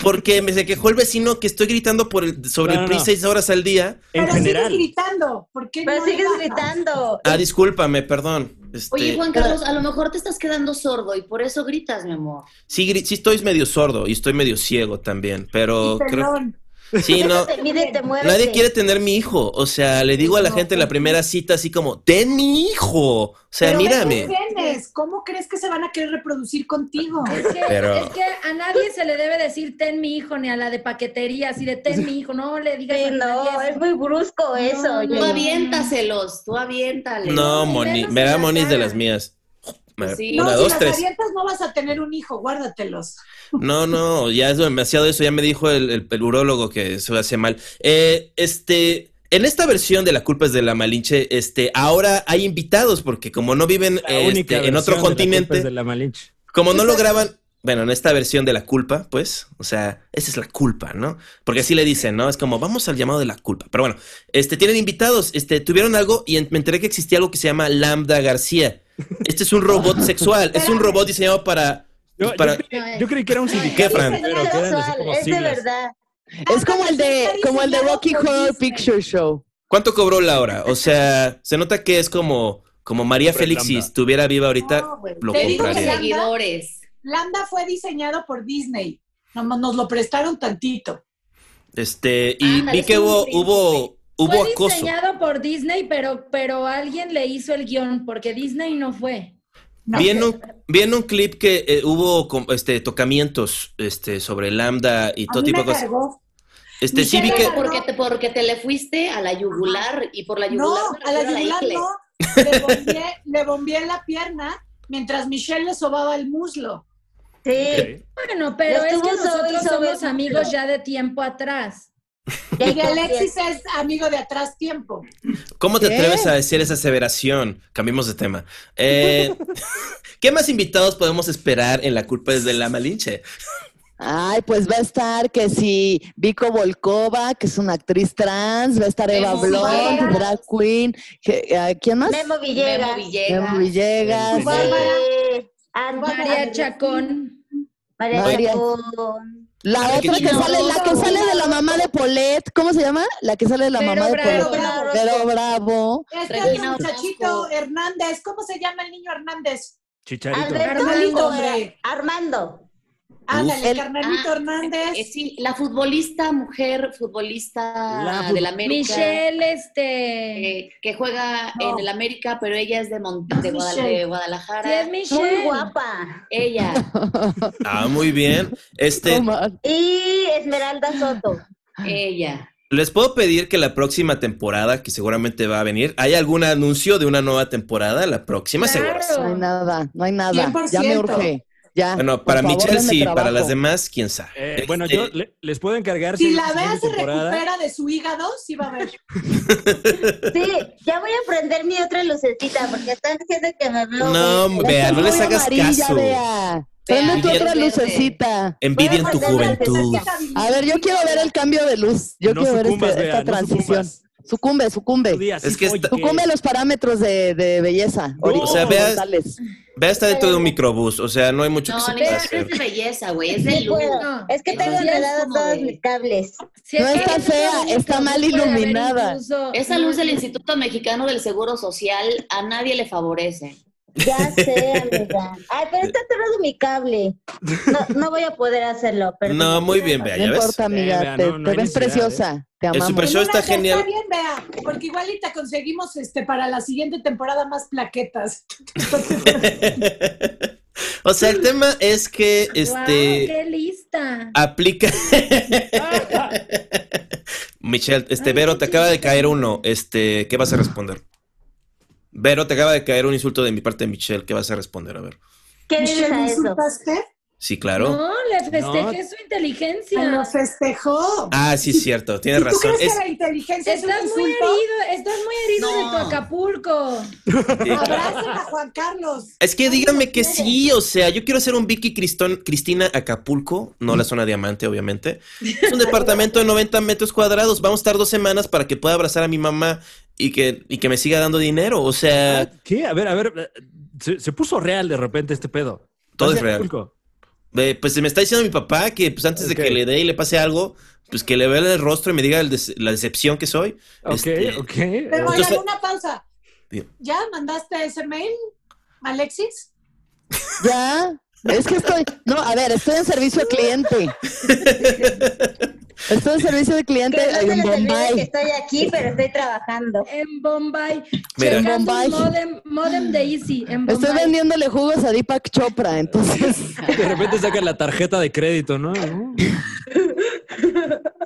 porque me se quejó el vecino que estoy gritando por el, sobre el No, no, PRI no. seis horas al día. en Pero general. sigues gritando. ¿Por qué Pero no sigues bajas? gritando. Ah, discúlpame, perdón. Este, Oye, Juan Carlos, a lo mejor te estás quedando sordo y por eso gritas, mi amor. sí, gri- sí estoy medio sordo y estoy medio ciego también, pero Oh, creo Perdón. sí no. Te mide y te mueve. Nadie quiere tener mi hijo, o sea, le digo a la gente en la primera cita así como, ten mi hijo, o sea, Pero ve mírame. tus genes, ¿Cómo crees que se van a querer reproducir contigo? Es que, Pero- es que a nadie se le debe decir ten mi hijo, ni a la de paquetería, así de ten mi hijo. No le digas Sí, a no, nadie Oh, es eso. muy brusco eso. No, oye. Tú no, aviéntaselos, tú aviéntale. No, y Moni, menos en me da la Moni de cara. las mías. Me- Sí. No, Una, si dos, las tres. avientas no vas a tener un hijo, guárdatelos. No, no, ya es demasiado eso. Ya me dijo el, el, el urólogo que eso hace mal. Eh, este, en esta versión de La culpa es de la Malinche, este, ahora hay invitados porque como no viven La este, única en versión otro de la culpa continente, es de la Malinche. como no lo graban, bueno, en esta versión de La culpa, pues, o sea, esa es la culpa, ¿no? Porque así le dicen, ¿no? Es como, vamos al llamado de la culpa. Pero bueno, este, tienen invitados, este, tuvieron algo y en- me enteré que existía algo que se llama Lambda García. Este es un robot sexual, es un robot diseñado para... Yo, pues, para yo creí, yo creí que era un sindicato. Fran? Es pero que eran así sensual, como es de siglas. verdad. Ah, Es como el de, como el de Rocky Horror Picture Show. ¿Cuánto cobró Laura? O sea, se nota que es como, como María Hombre, Félix si lambda. estuviera viva ahorita. No, güey. lo Te Te digo que compraría. seguidores. Lambda fue diseñado por Disney. Nomás nos lo prestaron tantito. Este, y Ándale, vi que es un hubo, príncipe. hubo, hubo Fue acoso. diseñado por Disney, pero, pero alguien le hizo el guión, porque Disney no fue. No. Vi en un, vi en un clip que eh, hubo com- este, tocamientos este, sobre Lambda y A todo mí tipo de me cosas. cargó. Este, sí vi Michelle que. Obama. Porque, te, porque te le fuiste a la yugular y por la No, yugular. me a la refiero yugular igle. no. Le bombeé, le bombeé la pierna mientras Michelle le sobaba el muslo. Sí, Ok. Bueno, pero Yo es que estuve sobre- nosotros sobre- somos amigos ya de tiempo atrás. Y Alexis es amigo de atrás tiempo. ¿Cómo te ¿Qué? atreves a decir esa aseveración? Cambiemos de tema. Eh, ¿Qué más invitados podemos esperar en La culpa es de la Malinche? Ay, pues va a estar que si Vico Volkova, que es una actriz trans, va a estar Eva Memo Blond, Villegas. drag queen, que- eh, ¿a ¿quién más? Memo Memo Villegas. Villegas. Memo Villegas. Memo Sí. Villegas. And- María Chacón. María María. Chacón. La Ay, qué otra que chido. sale, la que sale de la mamá de Polet, ¿cómo se llama? La que sale de la Pero mamá de Bravo. Polet. Pero bravo. Pero bravo. Este Regina otro muchachito, Orozco. Hernández. ¿Cómo se llama el niño Hernández? Chicharito. Alberto Armando, Armando. hombre. Armando. Ándale, El- carnalito Ah, Hernández. Eh, sí, la futbolista, mujer futbolista La del fut- América. Michelle, este. eh, que juega No. en el América, pero ella es de, Mon- No es de, Guada- Michelle. de Sí, es Guadalajara. Michelle. Muy guapa. ella. Ah, muy bien. Este, Omar. Y Esmeralda Soto. Ella. Les puedo pedir que la próxima temporada, que seguramente va a venir, ¿hay algún anuncio de una nueva temporada? La próxima, seguro. No hay nada, no hay nada. Ya me 100%. urge. Ya. Bueno, por para favor, Michelle denme sí, para trabajo. las demás, quién sabe. Eh, bueno, Este, yo le- les puedo encargar. Si hay la siguiente vea se temporada. recupera de su hígado, sí va a ver. Sí, ya voy a prender mi otra lucecita porque están diciendo que me veo. No, muy- Bea, Estás no les muy hagas amarilla, caso. Bea. Prende tu Bea, otra verde. lucecita. Envidia en tu Voy a poner la juventud. lucecita. A ver, yo quiero ver el cambio de luz. Yo No quiero ver sucumbas, este- Bea, esta no transición. sucumbas. sucumbe, Tú sucumbe. di así, Es que oye, está- Sucumbe a los parámetros de, de belleza. No, Ahorita o sea, Bea- González. Vea, está dentro de un microbús, o sea, no hay mucho que No, se ni pueda siquiera hacer. es de belleza, güey, es de Sí luz. puedo. No, es que no. Sí, tengo es enredados como todos de- mis cables. Si es No que está hay fea, microbús, está mal puede haber iluminada. incluso- Esa luz del Instituto Mexicano del Seguro Social a nadie le favorece. Ya sé, amiga. Ay, pero está atorado mi cable. No, no voy a poder hacerlo. Pero No, muy bien, Bea, No ¿ya ves? importa, amiga. Bea, te Eh, no- no te hay ves necesidad, eh. preciosa. Te Es amamos. súper show, Pues está Está genial. bien, vea, porque igual y te conseguimos este para la siguiente temporada más plaquetas. o sea, el tema es que Guau, este ¡Qué lista! aplica. Michelle, este Vero te acaba de caer uno. Este, ¿qué vas a responder? Vero te acaba de caer un insulto de mi parte, Michelle. ¿Qué vas a responder? A ver. ¿Qué dices Michelle, ¿me a eso? insultaste? Sí, claro. No, le festejé su Se inteligencia. lo festejó. Ah, sí, cierto. Tienes ¿Y tú razón. Es- crees que la inteligencia es un Estás muy insulto? herido, estás muy herido No. de tu Acapulco. sí. Abracen a Juan Carlos. Es que díganme que sí, o sea, yo quiero ser un Vicky Cristón, Cristina Acapulco, no la zona diamante, obviamente. Es un departamento de 90 metros cuadrados. Vamos a estar dos semanas para que pueda abrazar a mi mamá y que, y que me siga dando dinero. O sea, ¿Qué? A ver, a ver. eh, Se, se puso real de repente este pedo. Todo Vas es a real. Acapulco. eh, pues se me está diciendo mi papá que pues, antes de Ok. que le dé y le pase algo, pues que le vea el rostro y me diga el des- la decepción que soy. Ok, Este, ok. Pero Entonces- oigan, una pausa. Bien. ¿Ya mandaste ese mail, Alexis? Ya. Es que estoy. No, a ver, estoy en servicio al cliente. Estoy en servicio de Que cliente no se en les olvide que Bombay. estoy aquí, pero estoy trabajando. En Bombay. Mira. Checando un Bombay. Modem, modem de Easy. En Bombay. Estoy vendiéndole jugos a Deepak Chopra, entonces. De repente saca la tarjeta de crédito, ¿no?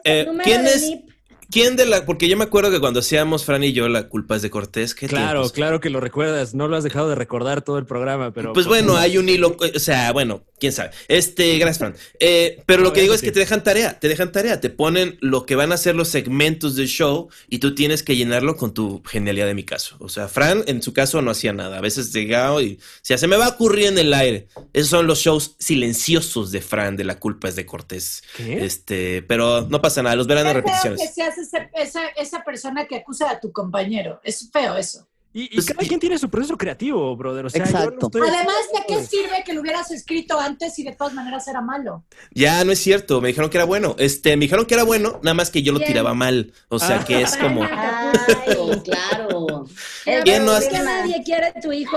eh, Número ¿Quién de es? NIP. ¿Quién de la.? Porque yo me acuerdo que cuando hacíamos Fran y yo la culpa es de Cortés. ¿qué Claro, tiempos? claro que lo recuerdas. No lo has dejado de recordar todo el programa, pero. Pues bueno, hay un hilo, o sea, bueno, quién sabe. Este, gracias, Fran. Eh, pero lo No, que digo gracias es que a ti. te dejan tarea, te dejan tarea, te ponen lo que van a ser los segmentos del show y tú tienes que llenarlo con tu genialidad de mi caso. O sea, Fran en su caso no hacía nada, a veces llegaba y o sea, se me va a ocurrir en el aire. Esos son los shows silenciosos de Fran, de la culpa es de Cortés. ¿Qué? Este, pero no pasa nada, los verán Qué en feo que repeticiones. seas ese- esa, esa persona que acusa a tu compañero. Es feo eso. Y, y Pues, cada y- quien tiene su proceso creativo, brother. O sea, yo no Exacto. estoy. Pues, Además, ¿de Pues. qué sirve que lo hubieras escrito antes y de todas maneras era malo? Ya no es cierto, me dijeron que era bueno. Este, me dijeron que era bueno, nada más que yo lo Bien. tiraba mal. O sea, Ah. que es como Ay, Claro, claro. Mira, ¿Quién pero no ¿por hace- qué nadie quiere a tu hijo?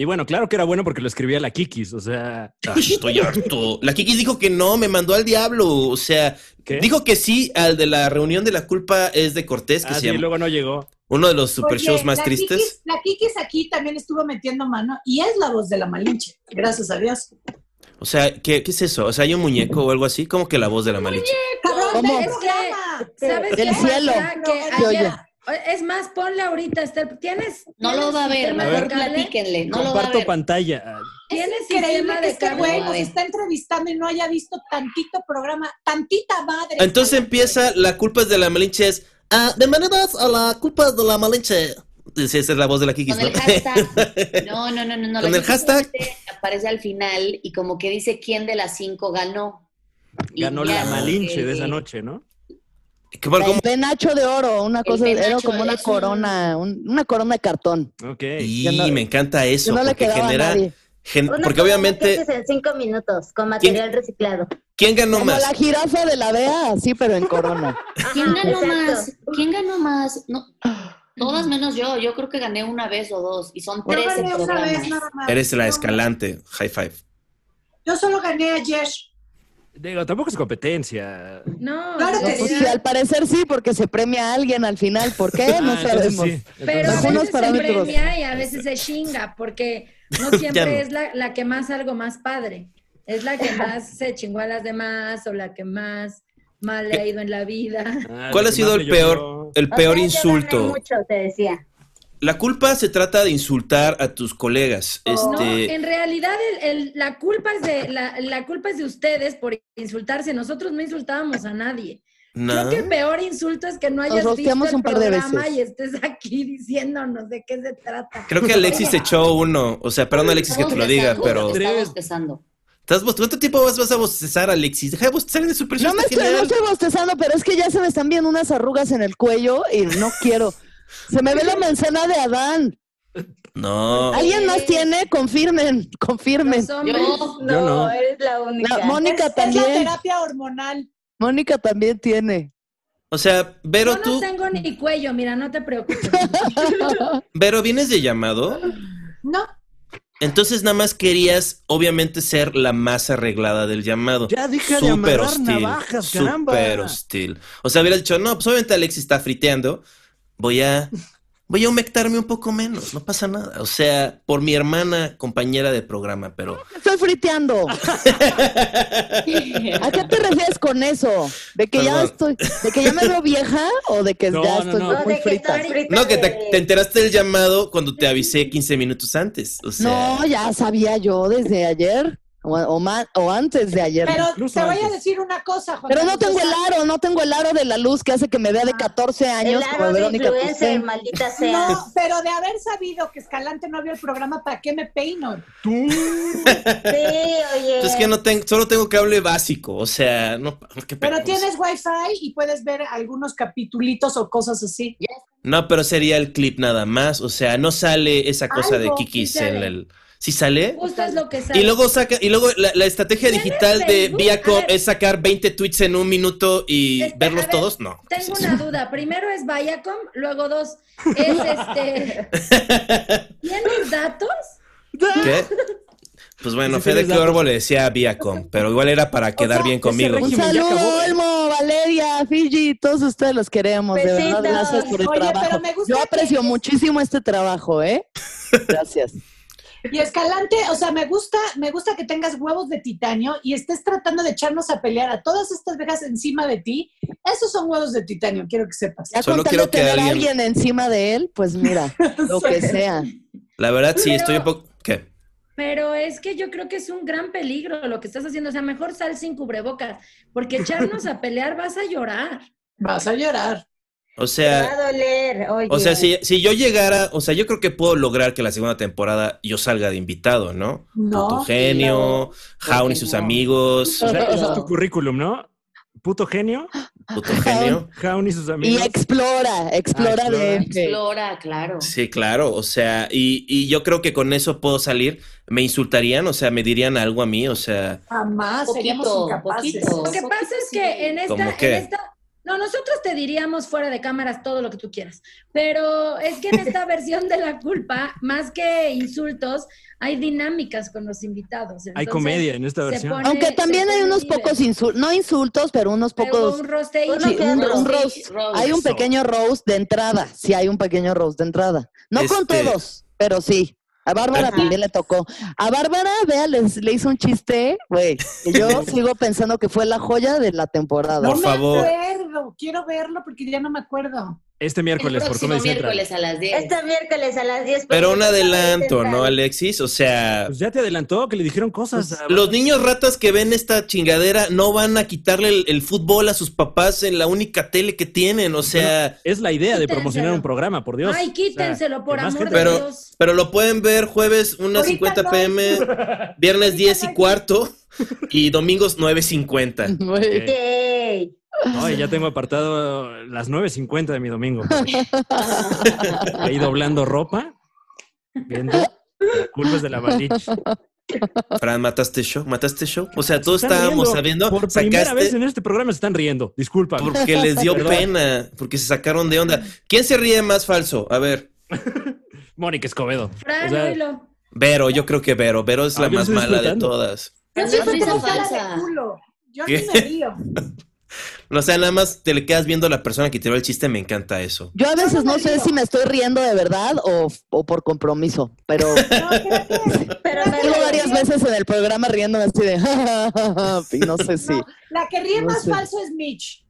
Y bueno, claro que era bueno porque lo escribía la Kikis, o sea. Ay, estoy harto. La Kikis dijo que no, me mandó al diablo. O sea, ¿qué? dijo que sí al de la reunión de la culpa es de Cortés, que Ah, se sí, llama luego no llegó. uno de los super Oye, shows más la tristes. Kikis- la Kikis aquí también estuvo metiendo mano y es la voz de la Malinche. Gracias a Dios. O sea, ¿qué, qué es eso? O sea, hay un muñeco o algo así, como que la voz de la Malinche. ¡Cabrón, ¿Cómo? del Es que- programa! ¿Sabes Del qué pasa? cielo. Que Se oye. ayer, es más, ponla ahorita. Esther. ¿Tienes? No tienes lo va a ver, sistema mejor de cable? platíquenle. No lo va a Comparto ver. pantalla. ¿Tienes Es increíble sistema que de este cable? güey No, nos eh. está entrevistando y no haya visto tantito programa, tantita madre. Entonces empieza la culpa es de la Malinche. Es, "Ah, bienvenidos a la culpa de la Malinche. Sí, esa es la voz de la Kikis, Con ¿no? el hashtag. No, no, no, no. no. Con La el gente hashtag. solamente Aparece al final y como que dice quién de las cinco ganó. Y Ganó ya, la Malinche de eh, esa noche, ¿no? Que, bueno, El ¿cómo? penacho de oro, una cosa, era penacho como una es un- corona, un- una corona de cartón. Ok. Y que no- me encanta Que eso, no le porque quedaba a genera. nadie. gen- Una porque cosa obviamente, que haces en cinco minutos con ¿Quién- material reciclado. ¿quién ganó Como más? la jirafa de la vea, así, pero en corona. ¿Quién ganó Exacto. más? ¿Quién ganó más? No, todas menos yo. Yo creo que gané una vez o dos. Y son Ah. Yo tres gané una programas. vez nada más. Eres la No, escalante. High five. Yo solo gané ayer. Digo, tampoco es competencia. No, Claro No, que pues sí. sí, al parecer sí, porque se premia a alguien al final. ¿Por qué? No Ah, entonces sabemos. sí, Pero entonces a sí. Algunos veces se parámetros. premia y a veces se chinga, porque no Ya siempre no. es la, la que más algo más padre. Es la que más se chingó a las demás o la que más mal le ha ido en la vida. Ah, ¿Cuál ha sido el peor, el peor O sea, yo gané insulto? mucho, te decía. La culpa se trata de insultar a tus colegas. Oh, No, Este, en realidad el- el- la, culpa es de, la, la culpa es de ustedes por insultarse. Nosotros no insultábamos a nadie. Creo ¿no? que el peor insulto es que no hayas visto rosteamos el un par de programa veces. y estés aquí diciéndonos de qué se trata. Creo que Alexis se echó uno. O sea, perdón, Alexis, que te lo diga, pero. Estaba bostezando. ¿Estás bost- ¿Cuánto tiempo vas, vas a bostezar, Alexis? Deja de bostezar en el Super Show. No me está estoy, no genial. estoy bostezando, pero es que ya se me están viendo unas arrugas en el cuello y no quiero. Se me ve la manzana de Adán. No. ¿Alguien más tiene? Confirmen, confirmen. Los hombres- Yo, Yo no. eres la única. La- Mónica Es- Es la también. terapia hormonal. Mónica también tiene. O sea, Vero, Yo no tú. tengo ni cuello, mira, no te preocupes. Vero, ¿vienes de llamado? No, Entonces nada más querías, obviamente, ser la más arreglada del llamado. Ya deja de Súper amarrar hostil. navajas, caramba. Súper hostil. O sea, hubieras dicho, no, pues obviamente Alexis está friteando. Voy a. Voy a humectarme un poco menos, no pasa nada. O sea, por mi hermana compañera de programa, pero. Estoy friteando. ¿A qué te refieres con eso? ¿De que ya estoy, Perdón. de que ya me veo vieja o de que No, ya no, estoy No, no. muy de que frita? estás frita No, que te, de- te enteraste del llamado cuando te avisé 15 minutos antes. O sea, No, ya sabía yo desde ayer o, o ma- o antes de ayer. pero incluso te voy a antes. decir una cosa, Juan. Pero no Carlos, tengo o el sea, aro, no tengo el aro de la luz que hace que me vea de 14 El años como aro de Verónica influencer, Cusén. maldita sea. No, pero de haber sabido que Escalante no vio el programa, ¿para qué me peino? Sí, oye. es que no tengo, solo tengo cable básico. O sea, no, qué Pues, pena, Pero o sea. tienes wifi y puedes ver algunos capitulitos o cosas así. No, pero sería el clip nada más. O sea, no sale esa cosa Algo, de Kikis sí en sale. el. ¿Sí sale? Justo es lo que sale. Y luego saca, y luego la, la estrategia ¿Tienes digital de Facebook? A Viacom ver. es sacar 20 tweets en un minuto y Este, verlos a ver, todos. No. ¿qué es Tengo eso? una duda. Primero es Viacom, luego dos. Es este. ¿Tienes datos? ¿Qué? Pues bueno, Sí, Fede tienes datos. Cuervo le decía a Viacom, pero igual era para quedar sea, bien ese conmigo. Un régimen ya saludo, acabó, ¿eh? Olmo, Valeria, Fiji, todos ustedes los queremos, de verdad, Besitos. gracias por el Oye, pero trabajo. me gusta Yo aprecio que- muchísimo este trabajo, ¿eh? Gracias. Y Escalante, o sea, me gusta, me gusta que tengas huevos de titanio y estés tratando de echarnos a pelear a todas estas vejas encima de ti. Esos son huevos de titanio, quiero que sepas. Ya Solo con tal quiero de que tener a alguien- alguien encima de él, pues mira, lo que sea. La verdad, sí, estoy un Pero- poco. ¿Qué? Pero es que yo creo que es un gran peligro lo que estás haciendo. O sea, mejor sal sin cubrebocas, porque echarnos a pelear vas a llorar. Vas a llorar. O Te sea. va a doler, oye. O sea, si, si yo llegara, o sea, yo creo que puedo lograr que la segunda temporada yo salga de invitado, ¿no? No. Puto genio, Jaun y sus no. amigos, O sea, ese es tu Claro. currículum, ¿no? Puto genio, puto genio. Jaun y sus Y amigos. explora, explora Ah, de Explora, claro. Sí, claro, o sea, y, y yo creo que con eso puedo salir. Me insultarían, o sea, me dirían algo a mí, o sea, Jamás Poquito, seríamos incapaces. poquito. Lo que pasa es que en esta, ¿Cómo qué? en esta- no, nosotros te diríamos fuera de cámaras todo lo que tú quieras, pero es que en esta versión de la culpa, más que insultos, hay dinámicas con los invitados. Hay Entonces, comedia en esta se versión. pone- Aunque también se hay pone unos libre. pocos insultos, no insultos, pero unos Pero pocos. un rosteíto. Sí, que un, otro. un roast. Sí, roast. Hay un Eso. pequeño roast de entrada. Sí, hay un pequeño roast de entrada. No con Este- todos, pero sí. A Bárbara Ajá. también le tocó. A Bárbara, vea, les- le hizo un chiste, güey. que Yo sigo pensando que fue la joya de la temporada. No Por me favor. acuerdo, quiero verlo porque ya no me acuerdo. Este miércoles, el por próximo Comedy Central. miércoles a las 10. Este miércoles a las 10. pero un adelanto, ¿no, Alexis? O sea, Pues ya te adelantó que le dijeron cosas. a- los niños ratas que ven esta chingadera no van a quitarle el, el fútbol a sus papás en la única tele que tienen, o sea. Es la idea de Quítenselo. promocionar un programa, por Dios. Ay, O quítenselo, sea, por que más amor gente- de Pero- Dios. Pero lo pueden ver jueves Ahorita 1.50 no. pm, viernes 10 y cuarto y domingos 9.50. Güey. Ok. Yay. Ay, ya tengo apartado las 9.50 de mi domingo. pues. Ahí doblando ropa, viendo las curvas de la Balich. Fran, ¿mataste show? ¿Mataste show? O sea, todos Se están estábamos riendo. sabiendo, Por primera vez sacaste en este programa se están riendo. Disculpa. porque les dio Perdón. pena, porque se sacaron de onda. ¿Quién se ríe más falso? A ver, Mónica Escobedo. Fran, O sea, oílo. Vero, yo creo que Vero. Vero es Ah, la yo más estoy mala de disfrutando. todas. Yo Pero siempre no es tengo risa cara falsa. de culo. Yo ¿Qué? ni me río. O sea, nada más te le quedas viendo a la persona que tiró el chiste, me encanta eso. Yo a veces no no me sé río. si me estoy riendo de verdad o, o por compromiso, pero No, espérate. Pero me tengo reí. varias veces en el programa riéndome así de y no sé si. No, la que ríe No más sé. falso es Mitch.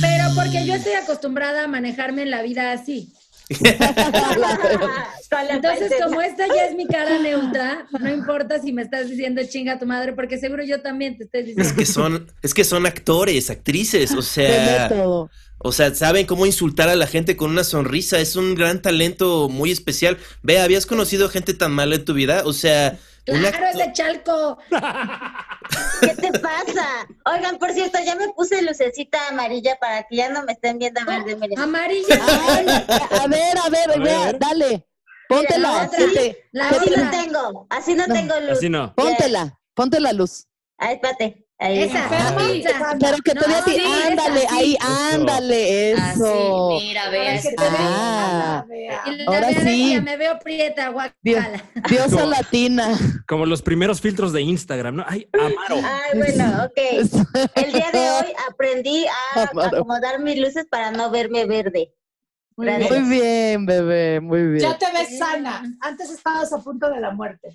Pero porque yo estoy acostumbrada a manejarme en la vida así. Con la Entonces, falsedad. como esta ya es mi cara neutra, no importa si me estás diciendo chinga a tu madre, porque seguro yo también te estoy Es diciendo. que son, es que son actores, actrices, o De sea, método. o sea, saben cómo insultar a la gente con una sonrisa. Es un gran talento muy especial. Ve, ¿habías conocido gente tan mala en tu vida? O sea, un Claro, acto- ese chalco. ¿Qué te pasa? Oigan, por cierto, ya me puse lucecita amarilla para que ya no me estén viendo verde. Miren. Ah, Amarilla. Ay, a ver, a ver, A ver, vea, a ver. dale. Póntela. Mira, que te- La que Así te- no otra. tengo, así no, No, tengo luz. Así no. póntela. Ponte la luz. Ay, espérate. Ahí. Esa. Ay, esa. Pero que te No, vea así, sí, esa, ándale, sí. ahí, ándale, Así, eso. Ah, mira, Para vea. que te está- vea. Ah. Vea. Y la Ahora verdad es que sí. me veo prieta, guacala. Diosa latina. Como los primeros filtros de Instagram, ¿no? Ay, Amaro. Ah, Ay, bueno, ok. El día de hoy aprendí a Amaro. acomodar mis luces para no verme verde. Gracias. Muy bien, bebé, muy bien. Ya te ves sana. Antes estabas a punto de la muerte.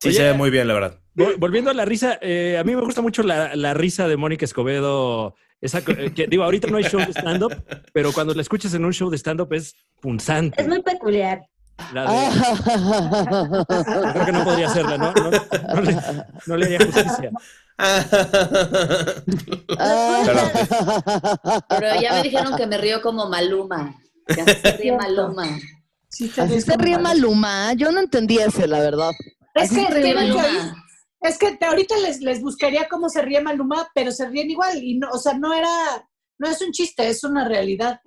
Sí, se ve muy bien, la verdad. Vol- Volviendo a la risa, eh, a mí me gusta mucho la, la risa de Mónica Escobedo. Esa, co- eh, que, digo, ahorita no hay show de stand-up, pero cuando la escuchas en un show de stand-up es punzante. Es muy peculiar. La de- Ah. Creo que no podría hacerla, ¿no? No, no le, no le haría justicia. Pero ya me dijeron que me río como Maluma. Ya se ríe Maluma. Sí, te Así ves se como ríe mal. Maluma. Yo no entendí ese, la verdad. Es que, Sí, tienen que oír- Maluma. es que te- ahorita les, les buscaría cómo se ríe Maluma, pero se ríen igual. Y no, o sea, no era, no es un chiste, es una realidad.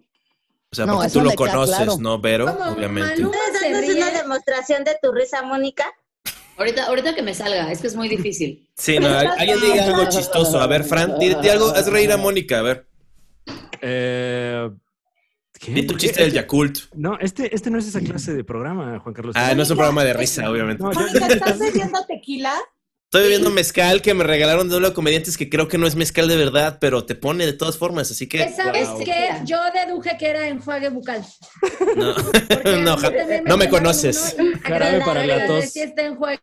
O sea, No, porque eso tú lo me queda conoces, claro. ¿no? Pero, Como obviamente. Maluma ¿Estás se dando una ríe. demostración de tu risa, Mónica? Ahorita, ahorita que me salga, es que es muy difícil. Sí, no, al- alguien diga algo chistoso. A ver, Fran, di, di algo, haz reír a Mónica, a ver. Eh, ¿qué? Di tu chiste del Yakult. No, este, este no es esa clase de programa, Juan Carlos. Ah, no es un programa de risa, obviamente. No, yo- Mónica, ¿estás bebiendo tequila? Estoy bebiendo mezcal que me regalaron de uno de comediantes que creo que no es mezcal de verdad, pero te pone de todas formas, así que ¿Sabes Wow. qué? Yo deduje que era enjuague bucal. no, Porque no, a mí ja- también no me regalaron conoces. uno y Jarabe para la agradezco tos. si está enjuague.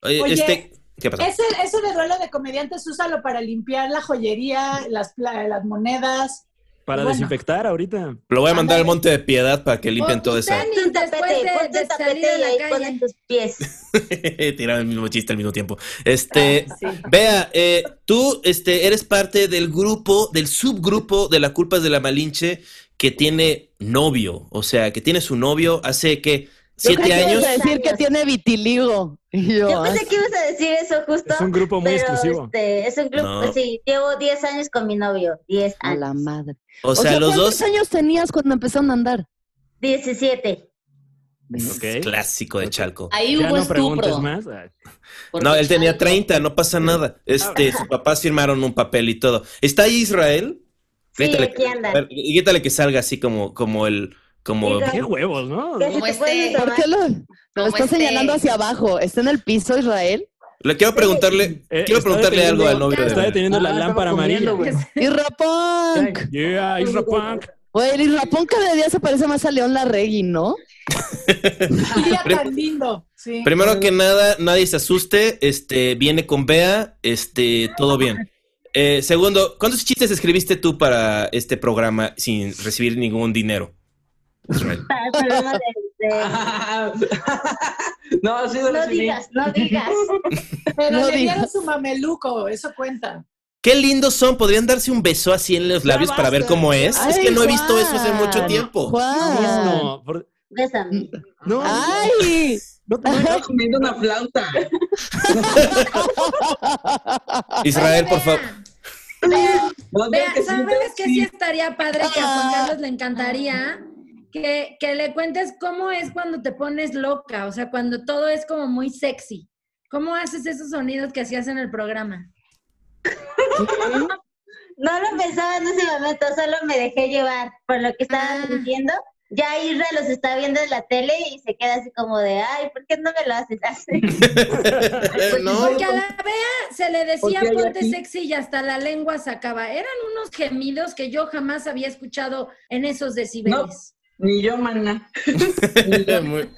Oye, Oye, este, ¿qué pasó? Ese, eso de duelo de comediantes, úsalo para limpiar la joyería, las, pla- las monedas. para Bueno. desinfectar ahorita. Lo voy a mandar al Monte de Piedad para que limpien O todo tus eso. tenis Ponte un después tapete, de, ponte de un salir tapete a y ahí la ponen calle. tus pies. Tirar el mismo chiste al mismo tiempo. Este, Ah, sí. Vea, eh, tú este, eres parte del grupo, del subgrupo de la culpa de la Malinche que tiene novio, o sea, que tiene su novio hace que Yo siete creí que años. ibas a decir que tiene vitiligo. Y yo, Yo ah, pensé que ibas a decir eso justo. Es un grupo muy pero, exclusivo. este, es un grupo, No. sí, llevo 10 años con mi novio, 10 a años, la madre. O sea, los ¿cuántos dos. años tenías cuando empezaron a andar? 17. Ok. Clásico de Chalco. Ahí Ya hubo no preguntes estupro. más. Ay, porque No, él tenía Chalco- 30, no pasa nada. Este, sus papás firmaron un papel y todo. ¿Está ahí Israel? Sí, Grítale, aquí anda. a ver, grítale que salga así como, como el, como Diga. Qué huevos, ¿no? Que se Como te pueden este- ¿Por asomar. qué lo, lo Como está este- señalando hacia abajo? ¿Está en el piso, Israel? Le quiero preguntarle, Eh, quiero está preguntarle algo deteniendo- al novio de Está Vela. deteniendo la lámpara amarilla. ¡Y Rapunk! Yeah, Isra Punk. Oye, el Irrapón cada día se parece más a León Larregui, ¿no? Un día Prim- tan lindo. Sí. Primero que nada, nadie se asuste. Este, viene con Bea, este, todo bien. Eh, segundo, ¿cuántos chistes escribiste tú para este programa sin recibir ningún dinero? Israel. Para el problema de- de- no, sí, lo No recibí. digas, no digas. Pero No le digas. dieron su mameluco, eso cuenta. Qué lindos son, podrían darse un beso así en los labios para ver cómo es. es Ay, que no he visto eso hace Juan, mucho tiempo. Juan. No, por- Bésame. no, Ah, ¡Ay! no te- Estaba comiendo una flauta. Israel, por favor. No, Vea, digas que sí, ¿sabes que sí estaría padre que a Juan Ah. Carlos le encantaría? Que, que le cuentes cómo es cuando te pones loca, o sea, cuando todo es como muy sexy. ¿Cómo haces esos sonidos que hacías en el programa? No lo pensaba en ese momento, solo me dejé llevar por lo que Ah. estaban diciendo ya Irra los está viendo en la tele y se queda así como de, ay, ¿por qué no me lo haces así? no. Porque a la Bea se le decía Porque hay ponte aquí- sexy y hasta la lengua sacaba. Eran unos gemidos que yo jamás había escuchado en esos decibeles. Ni yo, mana. muy,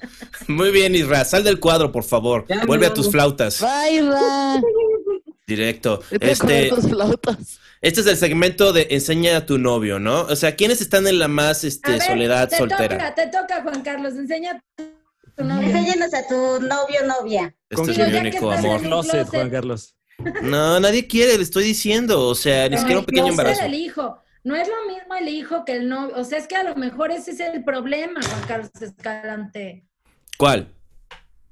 muy bien, Isra. Sal del cuadro, por favor. Ya, Vuelve a no. tus flautas. Bye, Ra. Directo. Vete a comer Este, con flautas. este es el segmento de Enseña a tu novio, ¿no? O sea, ¿quiénes están en la más A este, ver, soledad te soltera? toca, te toca, Juan Carlos, enseña tu novio. Enséñanos a tu novio novia. Este Con es que- mi ya que único estás en amor. un Closet, closet. Juan Carlos. No, nadie quiere, le estoy diciendo. O sea, ni No, siquiera un pequeño no, embarazo. ser el hijo. No es lo mismo el hijo que el novio. O sea, es que a lo mejor ese es el problema, Juan Carlos Escalante. ¿Cuál?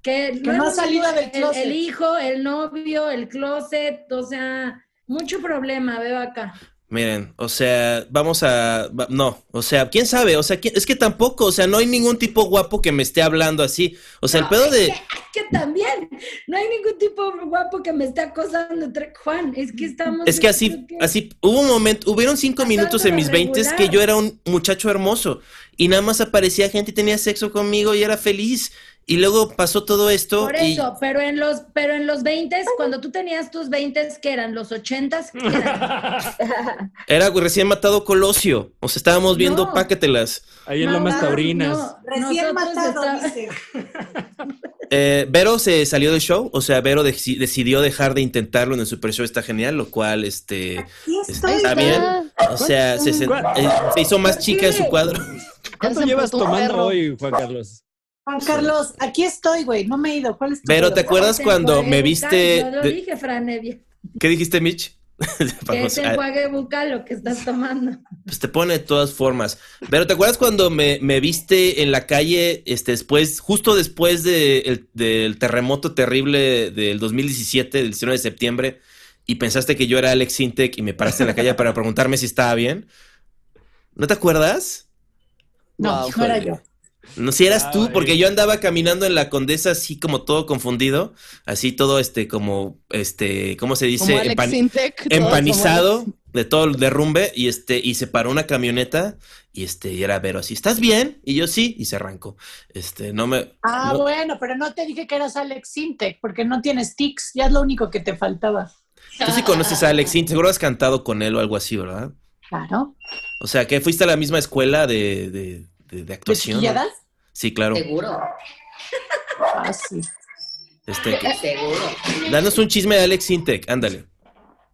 Que, no es lo ha salido mismo del el- closet. El hijo, el novio, el closet, o sea, mucho problema veo acá. Miren, o sea, vamos a... va- No, o sea, quién sabe, o sea, ¿quién- es que tampoco, o sea, no hay ningún tipo guapo que me esté hablando así. O sea, el No, pedo es de... que- Es que también, no hay ningún tipo guapo que me esté acosando, tra- Juan. Es que estamos. Es que así, diciendo que- así, hubo un momento, hubieron cinco Pasando minutos en lo mis veintes que regular. yo era un muchacho hermoso y nada más aparecía gente y tenía sexo conmigo y era feliz. Y luego pasó todo esto Por y eso, pero en los pero en los 20, cuando tú tenías tus 20, que eran los 80, ¿qué eran? era recién matado Colosio. O sea, estábamos viendo No. Páquetelas. Ahí en No, Lomas no, Taurinas. no, nosotros Recién matado, está- dice. Eh, Vero se salió del show, o sea, Vero deci- decidió dejar de intentarlo en el Super Show, está genial, lo cual, este, Aquí estoy. está bien. O sea, se, se- ¿Cuál? eh, se hizo más chica en su cuadro. ¿Cuánto Ya se llevas empezó un tomando perro. hoy, Juan Carlos? Juan Carlos, aquí estoy, güey. No me he ido. ¿Cuál es tu Vero, pedo? ¿te acuerdas Se cuando enjuague me bucal, viste? Yo lo de- dije, Franevia. ¿Qué dijiste, Mitch? Que Vamos, se ah, enjuague bucal lo que estás tomando. Pues te pone de todas formas. Pero ¿te acuerdas cuando me, me viste en la calle este, después, justo después de el- del terremoto terrible del 2017, del 19 de septiembre, y pensaste que yo era Alex Sintek y me paraste en la calle para preguntarme si estaba bien? ¿No te acuerdas? No, Wow, no era joder. yo. No, si eras Ah, tú, eh. porque yo andaba caminando en la condesa así como todo confundido, así todo este como, este, ¿cómo se dice? Como Alex Empan- Sintek, todos empanizado como Alex. de todo el derrumbe y este y se paró una camioneta y este y era Vero así, ¿estás bien? Y yo sí y se arrancó. Este, no me Ah, no- bueno, pero no te dije que eras Alex Sintec, porque no tienes tics. Ya es lo único que te faltaba. tú sí conoces a Alex, sí, seguro has cantado con él o algo así, ¿verdad? Claro. O sea, que fuiste a la misma escuela de, de, de- de ¿De actuación. ¿no? chiquilladas? Sí, claro. Seguro, Ah, sí. Este, que- seguro. danos un chisme de Alex Intec, ándale.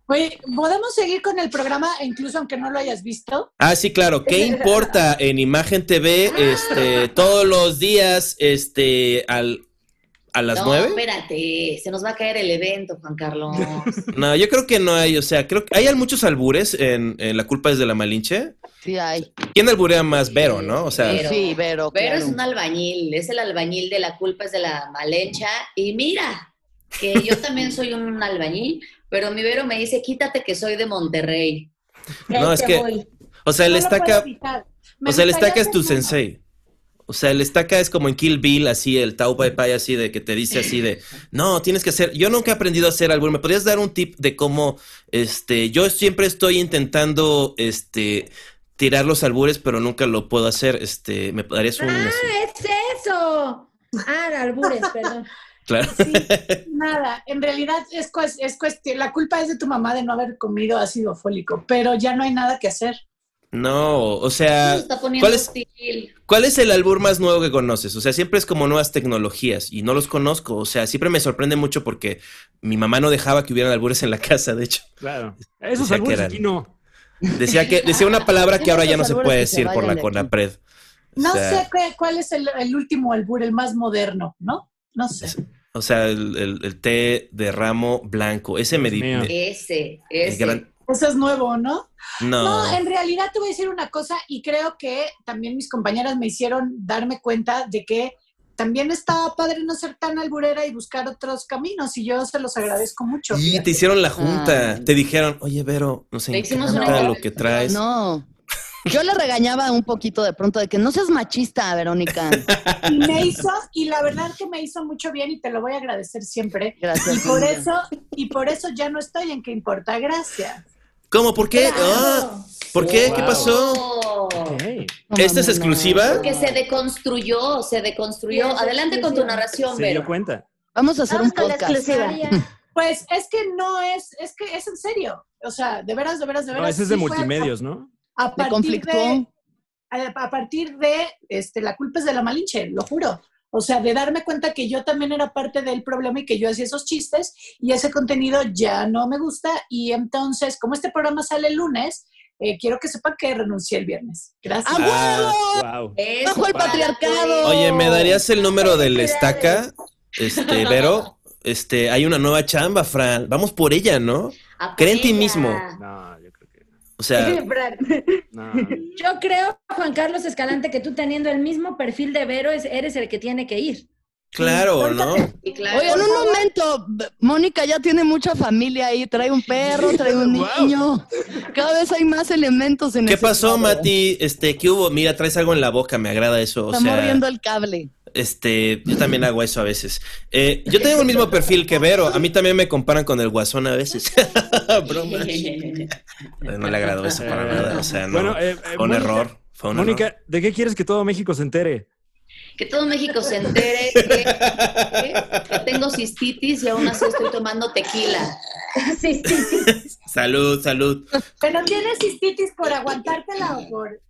Güey, ¿podemos seguir con el programa, incluso aunque no lo hayas visto? Ah, sí, claro. ¿Qué importa en Imagen TV este, todos los días este, al, a las no, nueve? espérate, se nos va a caer el evento, Juan Carlos. No, yo creo que no hay, o sea, creo que hay muchos albures en, en La culpa es de la Malinche. Sí, hay. ¿Quién alburea más? Vero, ¿no? O sea, Vero. sí, Vero. Pero claro. es un albañil, es el albañil de la culpa, es de la malencha. Y mira, que yo también soy un albañil, pero mi Vero me dice, quítate que soy de Monterrey. No, Este, es que- o sea, el No lo puedo estaca, evitar. Me o sea, el gustaría estaca es tu hacer uno. sensei. O sea, el estaca es como en Kill Bill, así, el Tau Pai Pai, así de que te dice así de, no, tienes que hacer, yo nunca he aprendido a hacer albur, ¿me podrías dar un tip de cómo, este, yo siempre estoy intentando, este, tirar los albures, pero nunca lo puedo hacer, este, me darías un, Ah, así? es eso. Ah, albures, perdón. claro. Sí, nada, en realidad es, cues- es cuestión, la culpa es de tu mamá de no haber comido ácido fólico, pero ya no hay nada que hacer. No, o Se sea, está poniendo Ah, ¿cuál es, hostil. ¿Cuál es el albur más nuevo que conoces? O sea, siempre es como nuevas tecnologías y no los conozco. O sea, siempre me sorprende mucho porque mi mamá no dejaba que hubieran albures en la casa, de hecho. Claro. Decía Esos que albures eran- aquí no. Decía que decía una palabra que ahora ya no se puede Esos decir albures que se por la vayan de Conapred. O No sea, sé qué- cuál es el, el último albur, el más moderno, ¿no? No sé. O sea, el, el- el té de ramo blanco. Ese me di. mío. me- Ese, el ese. gran- Eso es nuevo, ¿no? No. No, en realidad te voy a decir una cosa y creo que también mis compañeras me hicieron darme cuenta de que también estaba padre no ser tan alburera y buscar otros caminos y yo se los agradezco mucho. Y te fíjate. hicieron la junta. Ah. Te dijeron, oye, Vero, nos Te hicimos una encanta lo entrevista. que traes. No. Yo le regañaba un poquito de pronto de que no seas machista, Verónica. Y me hizo, y la verdad que me hizo mucho bien y te lo voy a agradecer siempre. Gracias. Y por Silvia. eso, y por eso ya no estoy en que importa, gracias. Oh, ¿Cómo? ¿Por qué? Ah, ¿Por qué? ¿Qué Wow. pasó? Oh, Ok. ¿Esta es exclusiva? Porque se deconstruyó, se deconstruyó. Sí, es Adelante con tu exclusiva. narración, Se dio Vero. cuenta. Vamos a hacer Vamos un con la podcast. exclusiva. Pues es que no es, es que es en serio. O sea, de veras, de veras, de No, veras. ese es de sí fue multimedios, ¿no? A, a Me partir de, conflictó. a, a partir de este, la culpa es de la Malinche, lo juro. O sea, de darme cuenta que yo también era parte del problema y que yo hacía esos chistes y ese contenido ya no me gusta. Y entonces, como este programa sale el lunes, eh, quiero que sepan que renuncié el viernes. Gracias. ¡A Ah, huevo! Wow. Eso, Bajo el para, patriarcado. pues. Oye, ¿me darías el número del estaca? Este, Vero, este, hay una nueva chamba, Fran. Vamos por ella, ¿no? Apoya. Cree en ti mismo. No, yo creo que. O sea, Fran. No. Eh, Yo creo, Juan Carlos Escalante, que tú teniendo el mismo perfil de Vero, es- eres el que tiene que ir. claro, ¿no? Sí, claro. Oye, en un momento, B- Mónica ya tiene mucha familia ahí, trae un perro, trae un niño. Cada vez hay más elementos en ¿Qué ese pasó, cuadro. Mati? Este, ¿qué hubo? Mira, traes algo en la boca, me agrada eso. O Está sea, mordiendo el cable. este, yo también hago eso a veces. Eh, yo tengo el mismo perfil que Vero. A mí también me comparan con el guasón a veces. Broma. Eh, No le agradó eso para nada. O sea, no. Bueno, eh, eh, fue un Mónica- error. Fue un error. Mónica, ¿de qué quieres que todo México se entere? Que todo México se entere que, que tengo cistitis y aún así estoy tomando tequila. Sí, sí, sí. Salud, salud. Pero tienes cistitis por aguantártela o por.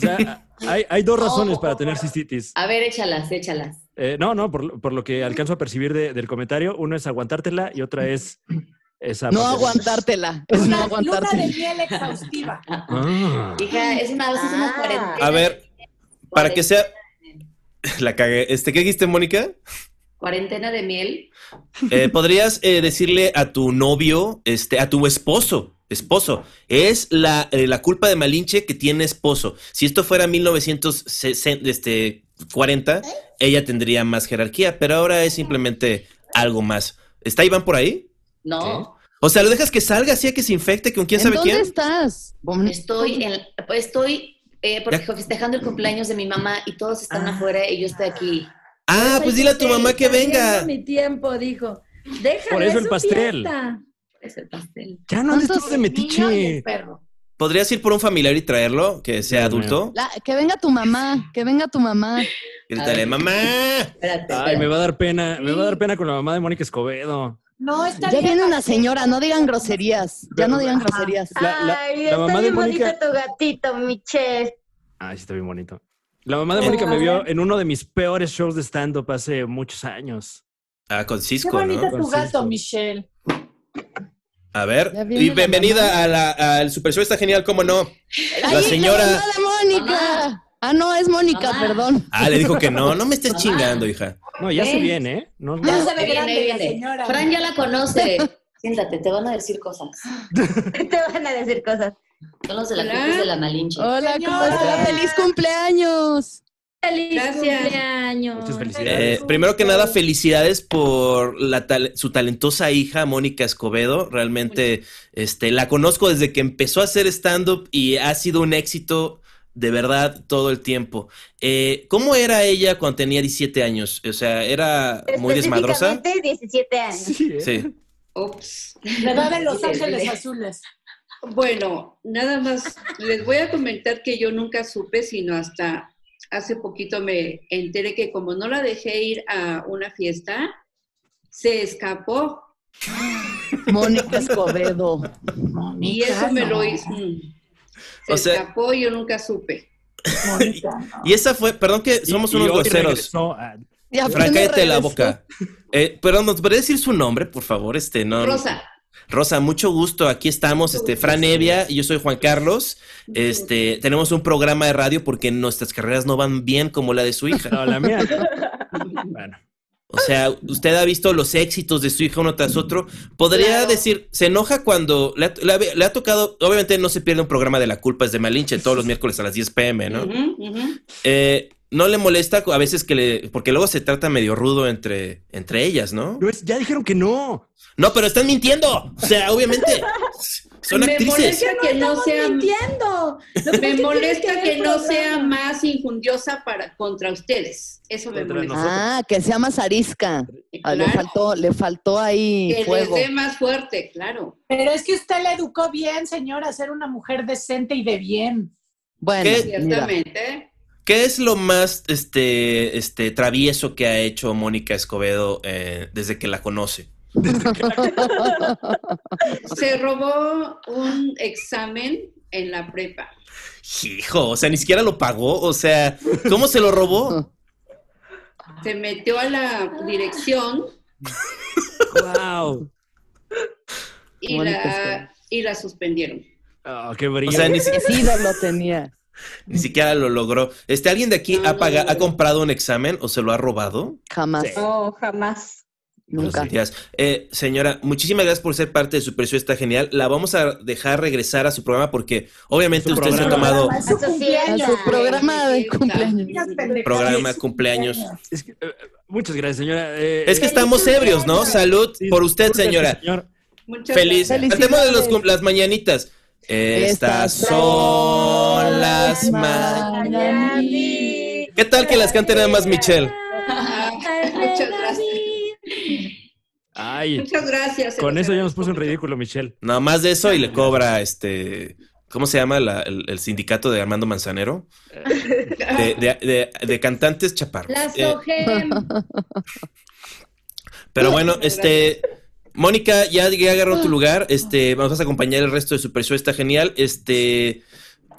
sea, hay, hay dos razones para tener cistitis. A ver, échalas, échalas. Eh, no, no, por, lo- por lo que alcanzo a percibir de- del comentario, uno es aguantártela y otra es esa. No aguantártela. Es Pues no Una luna de aguantártela. miel exhaustiva. Ah. Hija, es una, es una Ah. cuarentena. A ver, para que sea. La cagué. Este, ¿qué dijiste, Mónica? Cuarentena de miel. Eh, ¿Podrías eh, decirle a tu novio, este, a tu esposo, esposo, es la, eh, la culpa de Malinche que tiene esposo? Si esto fuera 1940, este, 40, ella tendría más jerarquía, pero ahora es simplemente algo más. ¿Está Iván por ahí? No, O sea, lo dejas que salga así a que se infecte con quién ¿En sabe dónde quién. estás? Este. estoy en, pues estoy eh, porque festejando el cumpleaños de mi mamá y todos están afuera y yo estoy aquí. Ah, pues dile a tu mamá que venga. Mi tiempo, dijo. Déjale Por eso el su pastel. fiesta. Es el pastel. Ya no andes ¿Cuántos todo de Niño y el metiche. perro. ¿Podrías ir por un familiar y traerlo, que sea Dios mío. adulto? La- que venga tu mamá, que venga tu mamá. Grítale, Ay. mamá. Espérate. Ay, me espérate. va a dar pena, me va a dar pena con la mamá de Mónica Escobedo. No, está Ya bien. viene una señora, no digan groserías. Ya no digan groserías. La- la- Ay, la está mamá de bien bonito Mónica- tu gatito, Michelle. Ay, sí, está bien bonito. La mamá de Mónica me vio en uno de mis peores shows de stand-up hace muchos años. Ah, con Qué Cisco, bonito ¿no? tu gato, Francisco. Michelle. A ver, Ya viene y la bienvenida a la- al Super Show, está genial, ¿cómo no? La Ahí está señora. mamá de Mónica. Ah, no, es Mónica, Mamá. perdón. Ah, le dijo que no, no me estés Ah. Mamá. chingando, hija. No, ya se Ven. viene, ¿eh? No, no. Ya se Ahí ve viene, ahí grande la viene. señora. Fran ya la conoce. Siéntate, te van a decir cosas. Te van a decir cosas. Son los de la culpa es de la Malinche. Oh. Hola, ¿cómo Señora. está? ¡Feliz cumpleaños! Feliz Gracias. cumpleaños. Muchas felicidades. Eh, primero que nada, felicidades por la tal- su talentosa hija, Mónica Escobedo. Realmente este, la conozco desde que empezó a hacer stand-up y ha sido un éxito de verdad todo el tiempo. Eh, ¿Cómo era ella cuando tenía 17 años? O sea, ¿era muy desmadrosa? Específicamente, 17 años. Sí, ¿eh? Sí. Ups. La edad de Los Ángeles Azules. Bueno, nada más les voy a comentar que yo nunca supe, sino hasta hace poquito me enteré que como no la dejé ir a una fiesta, se escapó Mónica Escobedo. y eso me lo hizo. mm. Se O sea- escapó y yo nunca supe. Y esa fue, perdón que somos Y- y unos hoy groseros. regresó a- Ya, Fran, pues, no cállate la regresó. boca. Eh, pero nos podría decir su nombre, por favor, este, no. Rosa, Rosa, mucho gusto. Aquí estamos, este, Fran Evia y yo soy Juan Carlos. Este, tenemos un programa de radio porque nuestras carreras no van bien como la de su hija. No, la mía. Bueno. O sea, usted ha visto los éxitos de su hija uno tras otro. Podría Claro. decir, se enoja cuando le ha, le ha- le ha tocado, obviamente no se pierde un programa de la culpa es de Malinche todos los miércoles a las 10 pm, ¿no? Ujú, ujú. Eh, no le molesta a veces que le, porque luego se trata medio rudo entre, entre ellas, ¿no? No es- ya dijeron que no. No, pero están mintiendo. O sea, obviamente. Son Me actrices. molesta que no sea mintiendo. Lo que pasa es que me tienes molesta ver que el no programa. sea más injundiosa para contra ustedes. Eso me Contra molesta. Ah, que se llama Zarisca. Ah, le Claro. faltó, le faltó ahí que les fuego. dé más fuerte, claro. Pero es que usted la educó bien, señora, a ser una mujer decente y de bien. Bueno, ¿Qué? Ciertamente. ¿Qué es lo más este, este, travieso que ha hecho Mónica Escobedo eh, desde que la conoce? Se robó un examen en la prepa. Hijo, o sea, ni siquiera lo pagó. O sea, ¿cómo se lo robó? Se metió a la dirección ¡Wow! y, Mónica la, y la suspendieron. Oh, qué brillo. O sea, ni, si- lo tenía. ni siquiera lo logró. Este, ¿Alguien de aquí ha, paga- ha comprado un examen o se lo ha robado? Jamás. Oh, jamás. Nunca. Gracias. Eh, señora, muchísimas gracias por ser parte de Super Show, está genial. La vamos a dejar regresar a su programa porque obviamente Su usted se ha programa. tomado A su A fiesta. su programa de cumpleaños. programa, cumpleaños. Es que, eh, muchas gracias, señora. Eh, Es que estamos ebrios, ¿no? Salud sí, por usted, discúlpeme, señora. señor. Muchas Feliz. gracias. Cantemos de los cum- las mañanitas. Estas son las mañanitas. Miami. ¿Qué tal que las cante nada más Michelle? Ah, Muchas gracias. Ay, Muchas gracias. con eso ya nos puso puso en ridículo, Michelle. Nada más de eso y le cobra este. ¿Cómo se llama la- el, el sindicato de Armando Manzanero? De, de- de- de cantantes chaparros. Las Eh, OGM. Pero bueno, este. Mónica, ya, ya agarró tu lugar. Este, vamos a acompañar el resto de Super Show, está genial. Este.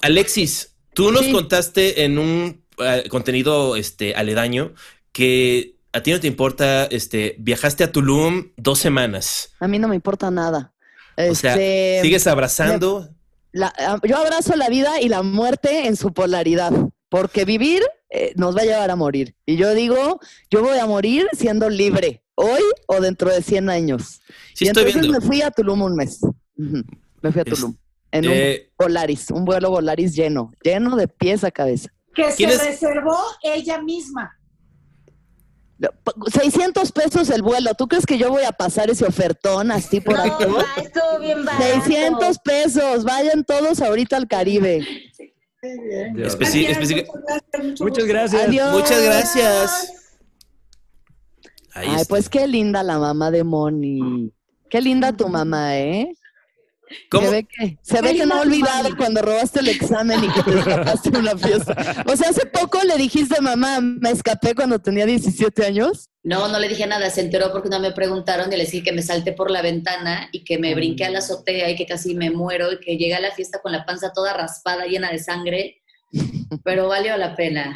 Alexis, tú nos Sí. contaste en un eh, contenido este, aledaño que a ti no te importa, este, viajaste a Tulum dos semanas. A mí no me importa nada. O sea, Este, sigues abrazando. la- a- yo abrazo la vida y la muerte en su polaridad, porque vivir eh, nos va a llevar a morir. Y yo digo, yo voy a morir siendo libre, hoy o dentro de 100 años. Sí, y estoy entonces viendo. me fui a Tulum un mes. Ujú. Me fui a Es- Tulum. En Eh, un Volaris, un vuelo Volaris lleno, lleno de pies a cabeza. Que se ¿Quién es? reservó ella misma. Lo- pa- 600 pesos el vuelo. ¿Tú crees que yo voy a pasar ese ofertón así por ahí? No, ma, estuvo bien barato. 600 pesos. Vayan todos ahorita al Caribe. Espe- Pues sí, específica- Muchas gracias. Adiós. muchas gracias. Ahí Ay, está. pues qué linda la mamá de Moni. Qué linda tu mamá, ¿eh? ¿Cómo? Se ve que, se ve que no ha olvidado cuando robaste el examen y que te escapaste de una fiesta. O sea, hace poco le dijiste, mamá, me escapé cuando tenía 17 años. No, no le dije nada, se enteró porque no me preguntaron y le dije que me salté por la ventana y que me brinqué a la azotea y que casi me muero y que llegué a la fiesta con la panza toda raspada, llena de sangre, pero valió la pena.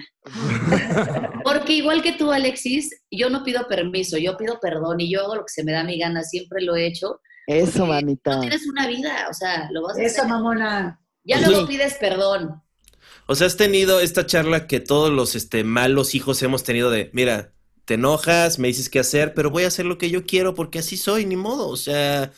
Porque igual que tú, Alexis, yo no pido permiso, yo pido perdón y yo hago lo que se me da mi gana, siempre lo he hecho. Eso, Porque mamita. No tienes una vida, o sea, lo vas a Eso, hacer. mamona. Ya Sí. luego pides perdón. O sea, has tenido esta charla que todos los este, malos hijos hemos tenido de, mira, te enojas, me dices qué hacer, pero voy a hacer lo que yo quiero porque así soy, ni modo. O sea,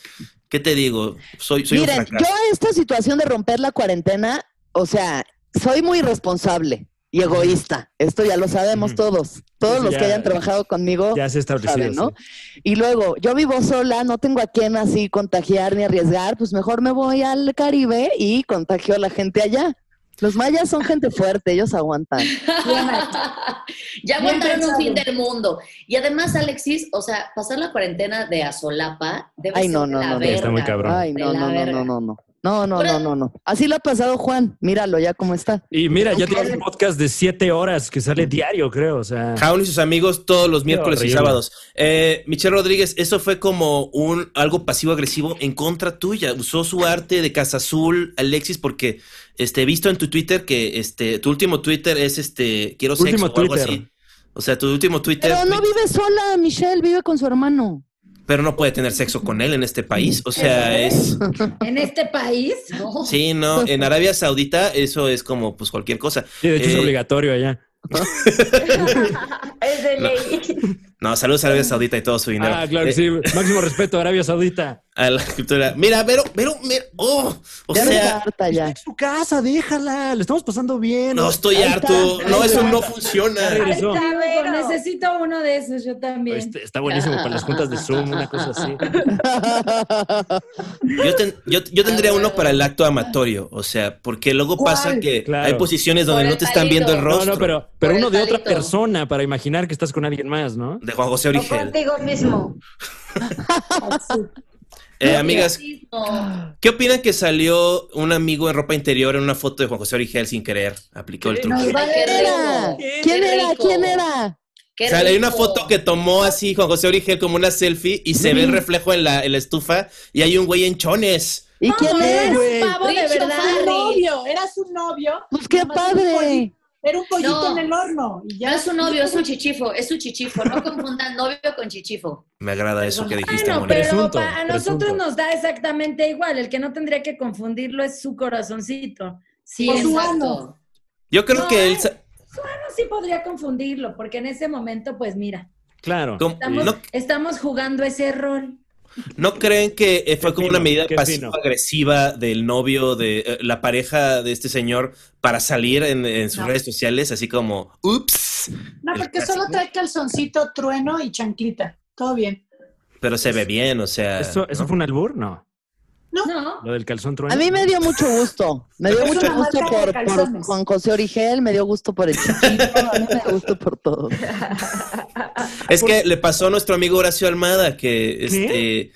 ¿qué te digo? Soy, soy un Miren, yo fracaso. a esta situación de romper la cuarentena, o sea, soy muy responsable y egoísta. Esto ya lo sabemos Mm. Ujú. todos. Todos Eso los ya- que hayan trabajado conmigo Ya se ha establecido. saben, ¿no? sí. Y luego, yo vivo sola, no tengo a quién así contagiar ni arriesgar, pues mejor me voy al Caribe y contagio a la gente allá. Los mayas son gente fuerte, ellos aguantan. ya Bien aguantaron un pensado. fin del mundo. Y además, Alexis, o sea, pasar la cuarentena de azolapa debe Ay, ser no, de no, la no, no. verga. Está muy cabrón. Ay, no, De la no, no, verga. no, no, no. No, no, no, no, no. Así lo ha pasado Juan. Míralo ya cómo está. Y mira, ya tienes un podcast de siete horas que sale diario, creo. O sea, Jaun y sus amigos todos los miércoles y horrible. sábados. Eh, Michelle Rodríguez, eso fue como un algo pasivo-agresivo en contra tuya. Usó su arte de Casa Azul, Alexis, porque este, he visto en tu Twitter que este, tu último Twitter es este, quiero sexo Último o algo Twitter. así. O sea, tu último Twitter. Pero no tweet- vive sola, Michelle, vive con su hermano. pero no puede tener sexo con él en este país. O sea, es. En este país, no. Sí, no. En Arabia Saudita, eso es como pues cualquier cosa. sí, de hecho es Eh, obligatorio allá. Es de No. ley. No, saludos a Arabia Saudita y todo su dinero. Ah, claro que Eh, sí. Máximo respeto a Arabia Saudita. A la escritura. Mira, pero, pero, mira, oh, o Ya sea, está harta ya. En su casa, déjala. Le estamos pasando bien. no estoy Ahí harto. está, no, ahí eso está. no funciona. regresó. Ay, sí, Pero- necesito uno de esos, yo también. Está, está buenísimo para las juntas de Zoom, una cosa así. Yo, ten- yo, yo tendría uno para el acto amatorio. O sea, porque luego pasa ¿Cuál? que Claro. hay posiciones donde Por no el te están viendo el palito. No, rostro. no, pero, pero Por uno el de otra palito. persona para imaginar que estás con alguien más, ¿no? Eh, De Juan José O Origel. contigo mismo. Eh, amigas, ¿qué opinan que salió un amigo en ropa interior en una foto de Juan José Origel sin querer? Aplicó el truco. ¿Quién era? ¿Quién era? ¿Quién era? O sea, hay una foto que tomó así Juan José Origel como una selfie y se ve el reflejo en la, en la estufa y hay un güey en chones. ¿Y quién es? Pavo, de verdad. Su novio, era su novio. Pues qué padre. Era un pollito No. en el horno. Y ya No es su novio, es su chichifo, es su chichifo. No confundan novio con chichifo. Me agrada eso que dijiste, Bueno, Moni. pero Presunto, pa- a nosotros presunto. nos da exactamente igual. El que no tendría que confundirlo es su corazoncito. Sí, O su exacto. ano. Yo creo No, que él... eh. sa- Su ano sí podría confundirlo, porque en ese momento, pues mira, Claro. como- estamos, no, estamos jugando ese rol. ¿No creen que eh, fue Qué como fino, una medida qué fino. pasivo-agresiva del novio de eh, la pareja de este señor para salir en, en sus No. redes sociales? Así como, ups, No, porque solo trae calzoncito, trueno y chanclita. Todo bien. pero se ve bien, o sea. ¿Eso, eso ¿no? fue un albur? No. No, Lo del calzón trueno. A mí me dio mucho gusto. Me dio Es mucho una gusto marca de por, por calzones. Juan José Origel, me dio gusto por el chiquito, a mí me dio gusto por todo. Es que le pasó a nuestro amigo Horacio Almada que este.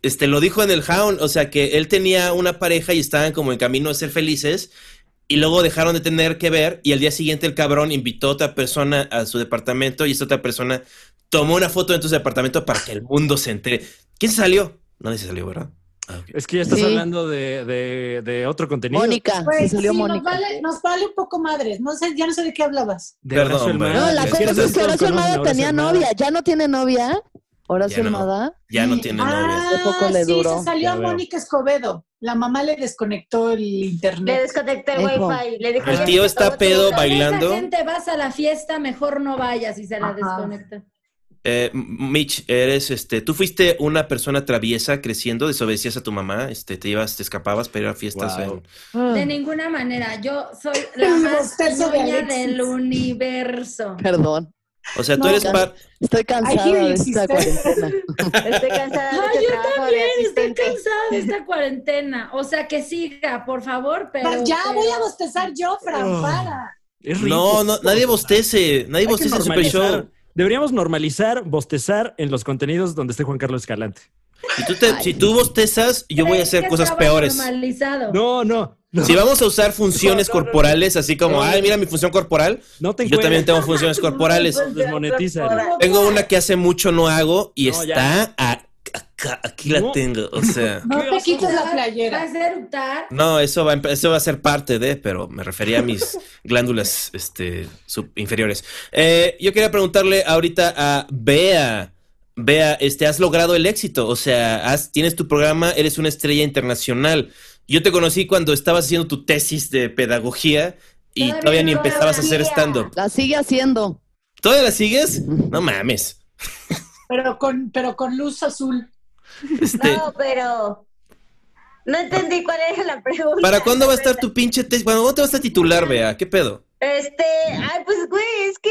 Este lo dijo en el Hound, o sea que él tenía una pareja y estaban como en camino a ser felices y luego dejaron de tener que ver y al día siguiente el cabrón invitó a otra persona a su departamento y esta otra persona tomó una foto dentro de su departamento para que el mundo se entere. ¿Quién se salió? Nadie se salió, ¿verdad? Ah, ok. Es que ya estás Sí. hablando de, de- de otro contenido. Mónica, Ah, se Pues, salió sí, nos Mónica. vale, nos vale un poco madres. No sé, ya no sé de qué hablabas. De Perdón, Horacio hombre. Almada. No, Ah, la sí, cosa sí, es sí, que Horacio Almada tenía novia, ya no tiene novia. Horacio Ya no. Almada. Ya no tiene Ah. novia. Qué Ah, poco le sí, duró. se salió Ya a veo. Mónica Escobedo. La mamá le desconectó el Le internet. desconecté el Hijo. wifi. Le dijo, El "Ya tío se está acabó tu pedo, internet". Con esa Bailando. gente vas a la fiesta, mejor no vayas y se la Ajá. desconecta. Eh, M- Mitch, eres este, tú fuiste una persona traviesa creciendo, desobedecías a tu mamá, este, te ibas, te escapabas para ir a fiestas. Wow. en- De Ah, ninguna manera, yo soy la El más bostezo de ñoña Alexis. del universo. Perdón, O sea, tú No, eres ya. par- estoy cansada Aquí de esta existe. cuarentena. Estoy cansada de Ay, este yo trabajo de también estoy asistente. cansada de esta cuarentena. O sea, que siga, por favor, pero... ya pero- voy a bostezar yo, Fran, Oh. para. Es rico. No, no, nadie bostece, nadie Hay que bostece en Super normalizar. Show. Deberíamos normalizar bostezar en los contenidos donde esté Juan Carlos Escalante. Si tú, te- Ay. si tú bostezas, yo voy a hacer Creí que cosas estaba peores. normalizado. No, no. No, Si vamos a usar funciones No, no, no, no. corporales, así como, ay, mira mi función corporal, no te pues, yo también encuentres. tengo funciones corporales. Pues, Nos desmonetiza. Tengo una que hace mucho no hago y No, ya. está a- acá, aquí la No. tengo. O sea, No Qué te oso. quites la Vas playera. a eructar. no, eso va, a empe- eso va a ser parte de, pero me refería a mis glándulas este, sub- inferiores. Eh, yo quería preguntarle ahorita a Bea. Bea, este, has logrado el éxito, o sea, has- tienes tu programa, eres una estrella internacional. Yo te conocí cuando estabas haciendo tu tesis de pedagogía y todavía, Todavía ni no la empezabas a hacer hacía. stand-up. La sigue haciendo. ¿Todavía la sigues? No mames. Pero con, pero con luz azul. Este, No, pero no entendí cuál era la pregunta. ¿Para cuándo va a estar tu pinche tesis? Bueno, ¿dónde te vas a titular, Bea? ¿Qué pedo? Este, ay, pues güey, es que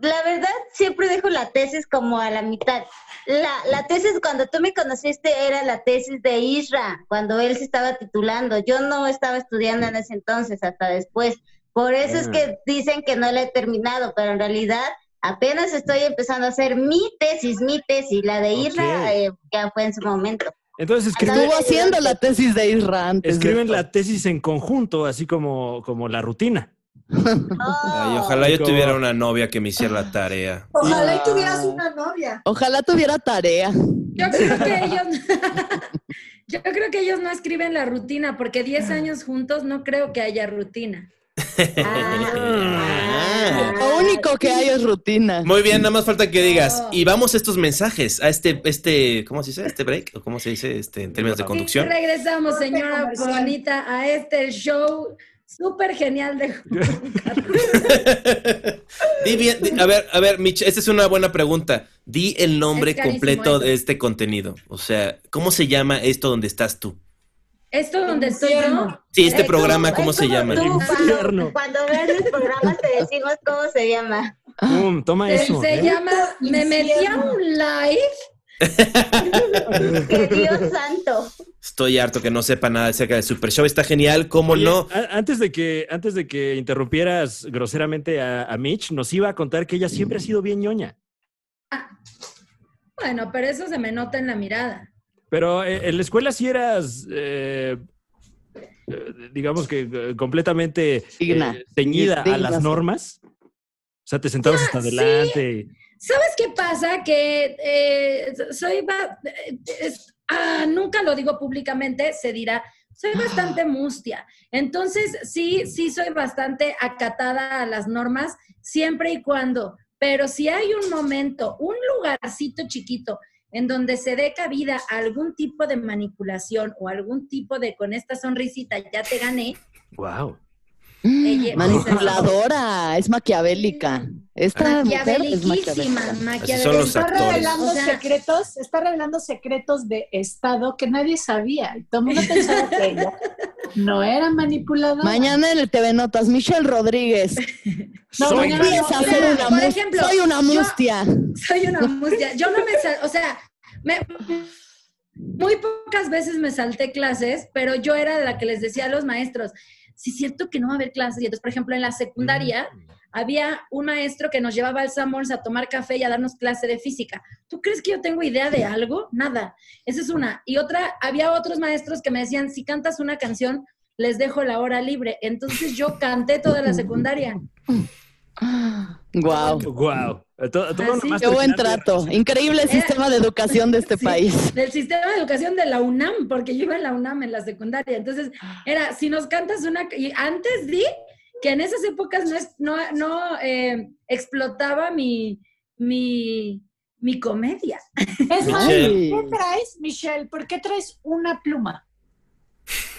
la verdad siempre dejo la tesis como a la mitad. La, la tesis cuando tú me conociste era la tesis de Isra, cuando él se estaba titulando. Yo no estaba estudiando en ese entonces, hasta después. Por eso es que dicen que no la he terminado, pero en realidad apenas estoy empezando a hacer mi tesis, mi tesis, la de Isra Ok. eh, ya fue en su momento. Entonces escribe, Estuvo haciendo la tesis de Isra antes. de- escriben la tesis en conjunto, así como, como la rutina. Ay, Oh. ojalá yo ¿Cómo? tuviera una novia que me hiciera la tarea. Ojalá y Ah. tuvieras una novia. Ojalá tuviera tarea. Yo creo que ellos... Yo creo que ellos no escriben la rutina, porque 10 Ah. años juntos no creo que haya rutina. Ah. Lo único que hay es rutina. Muy bien, nada más falta que digas. No. Y vamos a estos mensajes, a este, este, ¿cómo se dice? Este break, o cómo se dice este, en términos de Y conducción. regresamos, Corte señora comercial. Bonita, a este show súper genial de Juan Carlos. Di bien, di- a ver, a ver, Mitch, esta es una buena pregunta. Di el nombre Es carísimo completo eso. de este contenido. O sea, ¿cómo se llama esto donde estás tú? Esto donde estoy Infierno. yo. Sí, este Eh, programa, ¿cómo es se como llama? tú, Infierno. cuando, cuando veas los programas te decimos cómo se llama. Ah. Pum, toma Se, eso. se ¿eh? llama Me metí a un live. Que Dios santo. Estoy harto que no sepa nada acerca del Super Show. Está genial, ¿cómo Oye, Oh, no? a- Antes de que, antes de que interrumpieras groseramente a, a Mitch, nos iba a contar que ella siempre ha sido bien ñoña. Bueno, pero eso se me nota en la mirada. Pero eh, en la escuela sí eras, eh, eh, digamos que eh, completamente eh, Digna. teñida a Digna, las sí. normas. O sea, te sentabas hasta sí. adelante. ¿Sabes qué pasa? Que eh, soy... ba- eh, es- ah, nunca lo digo públicamente, se dirá, soy bastante mustia. Entonces, sí, sí soy bastante acatada a las normas, siempre y cuando. Pero si hay un momento, un lugarcito chiquito en donde se dé cabida a algún tipo de manipulación o algún tipo de con esta sonrisita ya te gané, Wow. ella- Manipuladora, es maquiavélica. Ah, Esta mujer es Maquiaveliquísima, maquiavélica. maquiavélica. Así son los Está actores. revelando pues, O sea- secretos, está revelando secretos de Estado que nadie sabía. Y Todo el mundo pensaba que ella no era manipuladora. Mañana en el TV Notas, Michelle Rodríguez. No, No Soy puedes hacer una Por mus- ejemplo, Soy una yo- mustia. soy una mustia. Yo no me, sal- o sea, me- muy pocas veces me salté clases, pero yo era la que les decía a los maestros, si es cierto que no va a haber clases. Y entonces, por ejemplo, en la secundaria había un maestro que nos llevaba al Summers a tomar café y a darnos clase de física. ¿Tú crees que yo tengo idea de algo? Nada. Esa es una. Y otra, había otros maestros que me decían, si cantas una canción, les dejo la hora libre. Entonces yo canté toda la secundaria. Wow. Wow. Así, Qué buen trato. Increíble sistema de educación de este Sí, país. Del sistema de educación de la UNAM, porque yo iba a la UNAM en la secundaria. Entonces, era, si nos cantas una... Y antes di que en esas épocas no, es- no, no eh, explotaba mi, mi, mi comedia. Es más, Michelle. ¿qué traes, Michelle? ¿Por qué traes una pluma?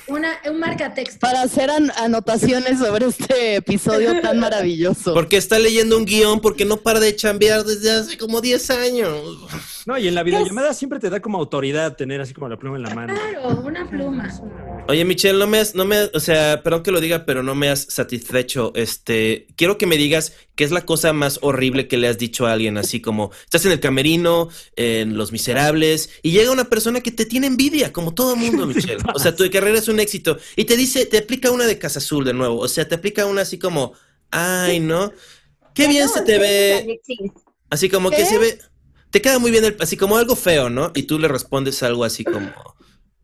Una, un marcatexto. Para hacer an- anotaciones sobre este episodio tan maravilloso. Porque está leyendo un guión porque no para de chambear desde hace como 10 años. No, y en la videollamada siempre te da como autoridad tener así como la pluma en la mano. Claro, una pluma. Oye, Michelle, no me has, no me, o sea, perdón que lo diga, pero no me has satisfecho. Este, quiero que me digas qué es la cosa más horrible que le has dicho a alguien, así como estás en el camerino, en Los Miserables, y llega una persona que te tiene envidia, como todo mundo, Michelle. O sea, tu carrera es un éxito, y te dice, te aplica una de Casa Azul de nuevo, o sea, te aplica una así como, ay, no, qué bien se te ve, así como que ¿Qué? se ve, te queda muy bien, el, así como algo feo, ¿no? Y tú le respondes algo así como,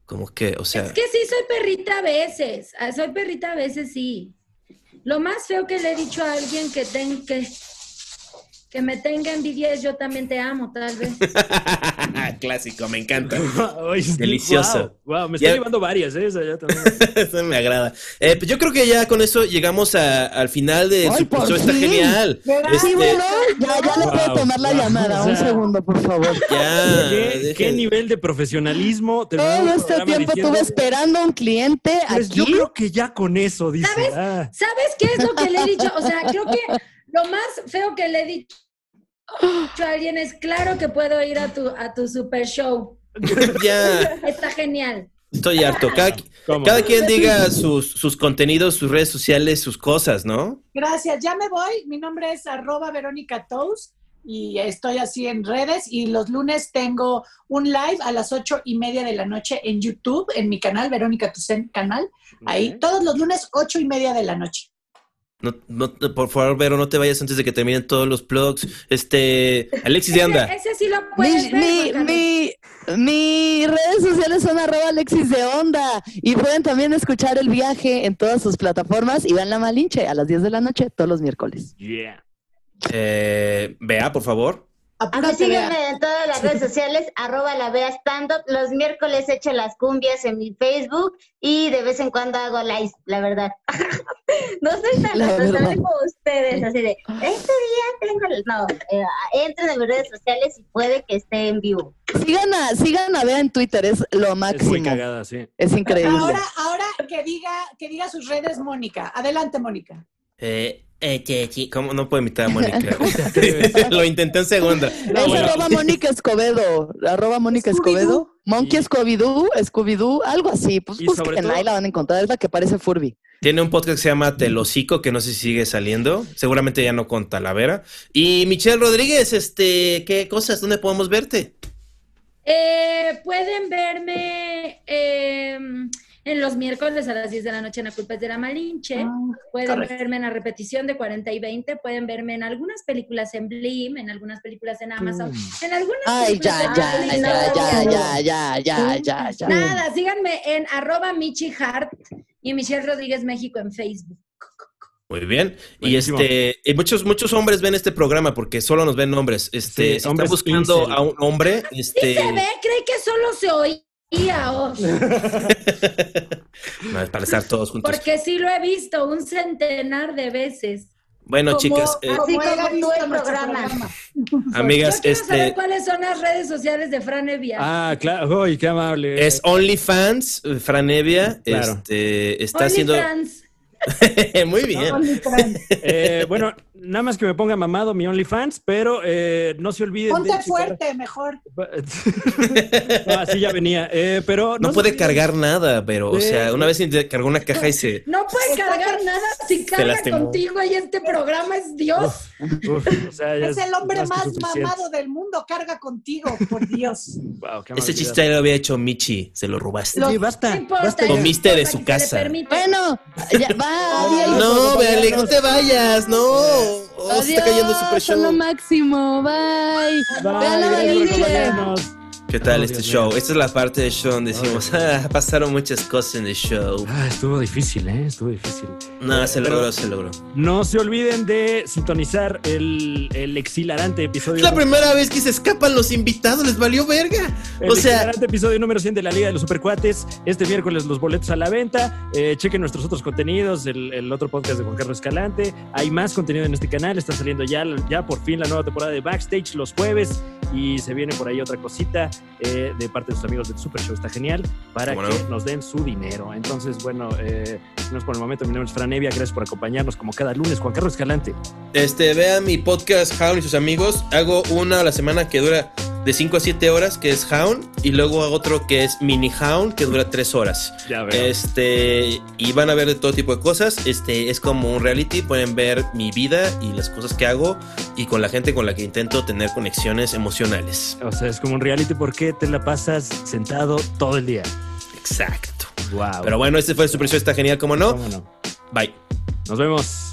como que, o sea. Es que sí, soy perrita a veces. Ah, Soy perrita a veces, sí. Lo más feo que le he dicho a alguien que, ten- que, que me tenga envidia es yo también te amo, tal vez. Clásico, me encanta. Ay, Delicioso. Wow, wow, me está Ya- llevando varias, ¿eh? Esa ya también. Eso me agrada. Eh, pues yo creo que ya con eso llegamos a- al final de Ay, su por episodio. Está fin. genial. ¿Verdad? Sí, Este, bueno, ya, ya le puedo Wow, tomar la wow, llamada. o sea- Un segundo, por favor. ya, ¿Qué, dejen- qué nivel de profesionalismo? Terminó Todo el este programa tiempo diciendo, estuve esperando a un cliente Pues yo aquí. creo que ya con eso, dice. ¿Sabes? ah. ¿Sabes qué es lo que le he dicho? O sea, creo que lo más feo que le he dicho a alguien es, claro que puedo ir a tu, a tu super show. ya. Está genial. Estoy harto. Cada, ¿Cómo? cada quien diga sus, sus contenidos, sus redes sociales, sus cosas, ¿no? Gracias, ya me voy. Mi nombre es arroba Verónica Tous y estoy así en redes y los lunes tengo un live a las ocho y media de la noche en YouTube, en mi canal, Verónica Tusen canal. Ahí, todos los lunes, ocho y media de la noche. No, no- no, por favor, Vero, no te vayas antes de que terminen todos los plugs. Este, Alexis de Anda. Ese, ese sí lo Mi, puedes ver. mi, Juan Carlos. mi, mis redes sociales son arroba Alexis de Onda y pueden también escuchar el viaje en todas sus plataformas. Iván La Malinche a las 10 de la noche todos los miércoles. Yeah. Eh, Bea, por favor. A mí Apúrate, Bea. síganme en todas las redes sociales, arroba la vea stand up. Los miércoles echo las cumbias en mi Facebook y de vez en cuando hago live, la verdad. no soy tan La responsable verdad. como ustedes, así de, este día tengo... el-". No, eh, entren a mis redes sociales y puede que esté en vivo. Sigan a, sigan a Bea en Twitter, es lo Ah, Es muy máximo. cagada, sí. Es increíble. Ahora, ahora que diga, que diga sus redes, Mónica. Adelante, Mónica. Eh, eh, che, chi- ¿Cómo no puedo imitar a Mónica? Lo intenté en segunda. es arroba Mónica Escobedo, arroba Mónica Escobedo, Monkey Y- Scooby-Doo, Scooby-Doo, algo así. Pues Y sobre busquen, todo- ahí la van a encontrar, es la que parece Furby. Tiene un podcast que se llama Telocico, que no sé si sigue saliendo. Seguramente ya no con Talavera. Y Michelle Rodríguez, este, ¿qué cosas? ¿Dónde podemos verte? Eh, pueden verme eh, en los miércoles a las 10 de la noche en La Culpa es de la Malinche. Ah, pueden correcto. verme en la repetición de 40 y 20. Pueden verme en algunas películas en Blim, en algunas películas en Amazon, Mm. en algunas Mm. Ay, películas ya, en ya, ya, Netflix, nada, ya, nada. ya, ya, ya, ya, ya. Nada, síganme en arroba Michi Hart y Michelle Rodríguez México en Facebook. Muy bien. Y este, y muchos, muchos hombres ven este programa porque solo nos ven hombres. Este, Sí, si hombres están buscando incel. a un hombre, ¿Sí este. se ve? ¿Cree que solo se oía? oh, o- no, es para estar todos juntos. Porque sí lo he visto un centenar de veces. Bueno, Como- chicas, eh, como Así era como visto tú el nuestro programa. amigas, Yo quiero saber este cuáles son las redes sociales de Fran Evia. Ah, claro. Ay, qué amable. es OnlyFans, eh, Fran Evia. Claro. Este está haciendo. OnlyFans. Muy bien. Eh, bueno, nada más que me ponga mamado mi OnlyFans, pero eh, no se olviden. de Ponte checar- fuerte, mejor. No, así ya venía. Eh, pero No se puede olviden- cargar nada, pero, o Sí. sea, una vez cargó una caja y se. No puede cargar nada si carga lastimó. contigo y este programa es Dios. Uf, o sea, ya Es el hombre que más suficiente. mamado del mundo. Carga contigo, por Dios. Wow, Ese qué amabilidad. chiste lo había hecho Michi, se lo robaste. Oye, basta. No importa. basta ya. Comiste de su que se le casa. permite. Bueno, ya, bye. adiós. No, Beale, no te vayas, no. Oh, se está cayendo el Adiós, super son lo show. máximo, bye. Vean Bye, la gracias por Malinche. acompañarnos. ¿Qué tal Oh, este Dios show? mío. Esta es la parte del show donde decimos, ah, pasaron muchas cosas en el show. Ah, estuvo difícil, ¿eh? Estuvo difícil. No, se Pero- logró, se logró. No se olviden de sintonizar el, el exhilarante Es episodio. la primera vez que se escapan los invitados, les valió verga. El O sea, exhilarante episodio número 100 de la Liga de los Supercuates. Este miércoles los boletos a la venta. Eh, chequen nuestros otros contenidos, el, el otro podcast de Juan Carlos Escalante. Hay más contenido en este canal. Está saliendo ya, ya por fin la nueva temporada de Backstage los jueves. Y se viene por ahí otra cosita eh, de parte de sus amigos del Super Show. Está genial para ¿Cómo que no? nos den su dinero. Entonces, bueno, eh, sin más por el momento. Mi nombre es Fran Evia. Gracias por acompañarnos como cada lunes. Juan Carlos Escalante. este, vean mi podcast Hound y sus amigos. Hago una a la semana que dura de 5 a 7 horas, que es Hound, y luego hago otro que es Mini Hound, que dura 3 horas. Ya Este, y van a ver de todo tipo de cosas. Este, es como un reality, pueden ver mi vida y las cosas que hago y con la gente con la que intento tener conexiones emocionales. O sea, es como un reality porque te la pasas sentado todo el día. Exacto. Wow. Pero bueno, este fue el Super Show, está genial, como no. Bye. Nos vemos.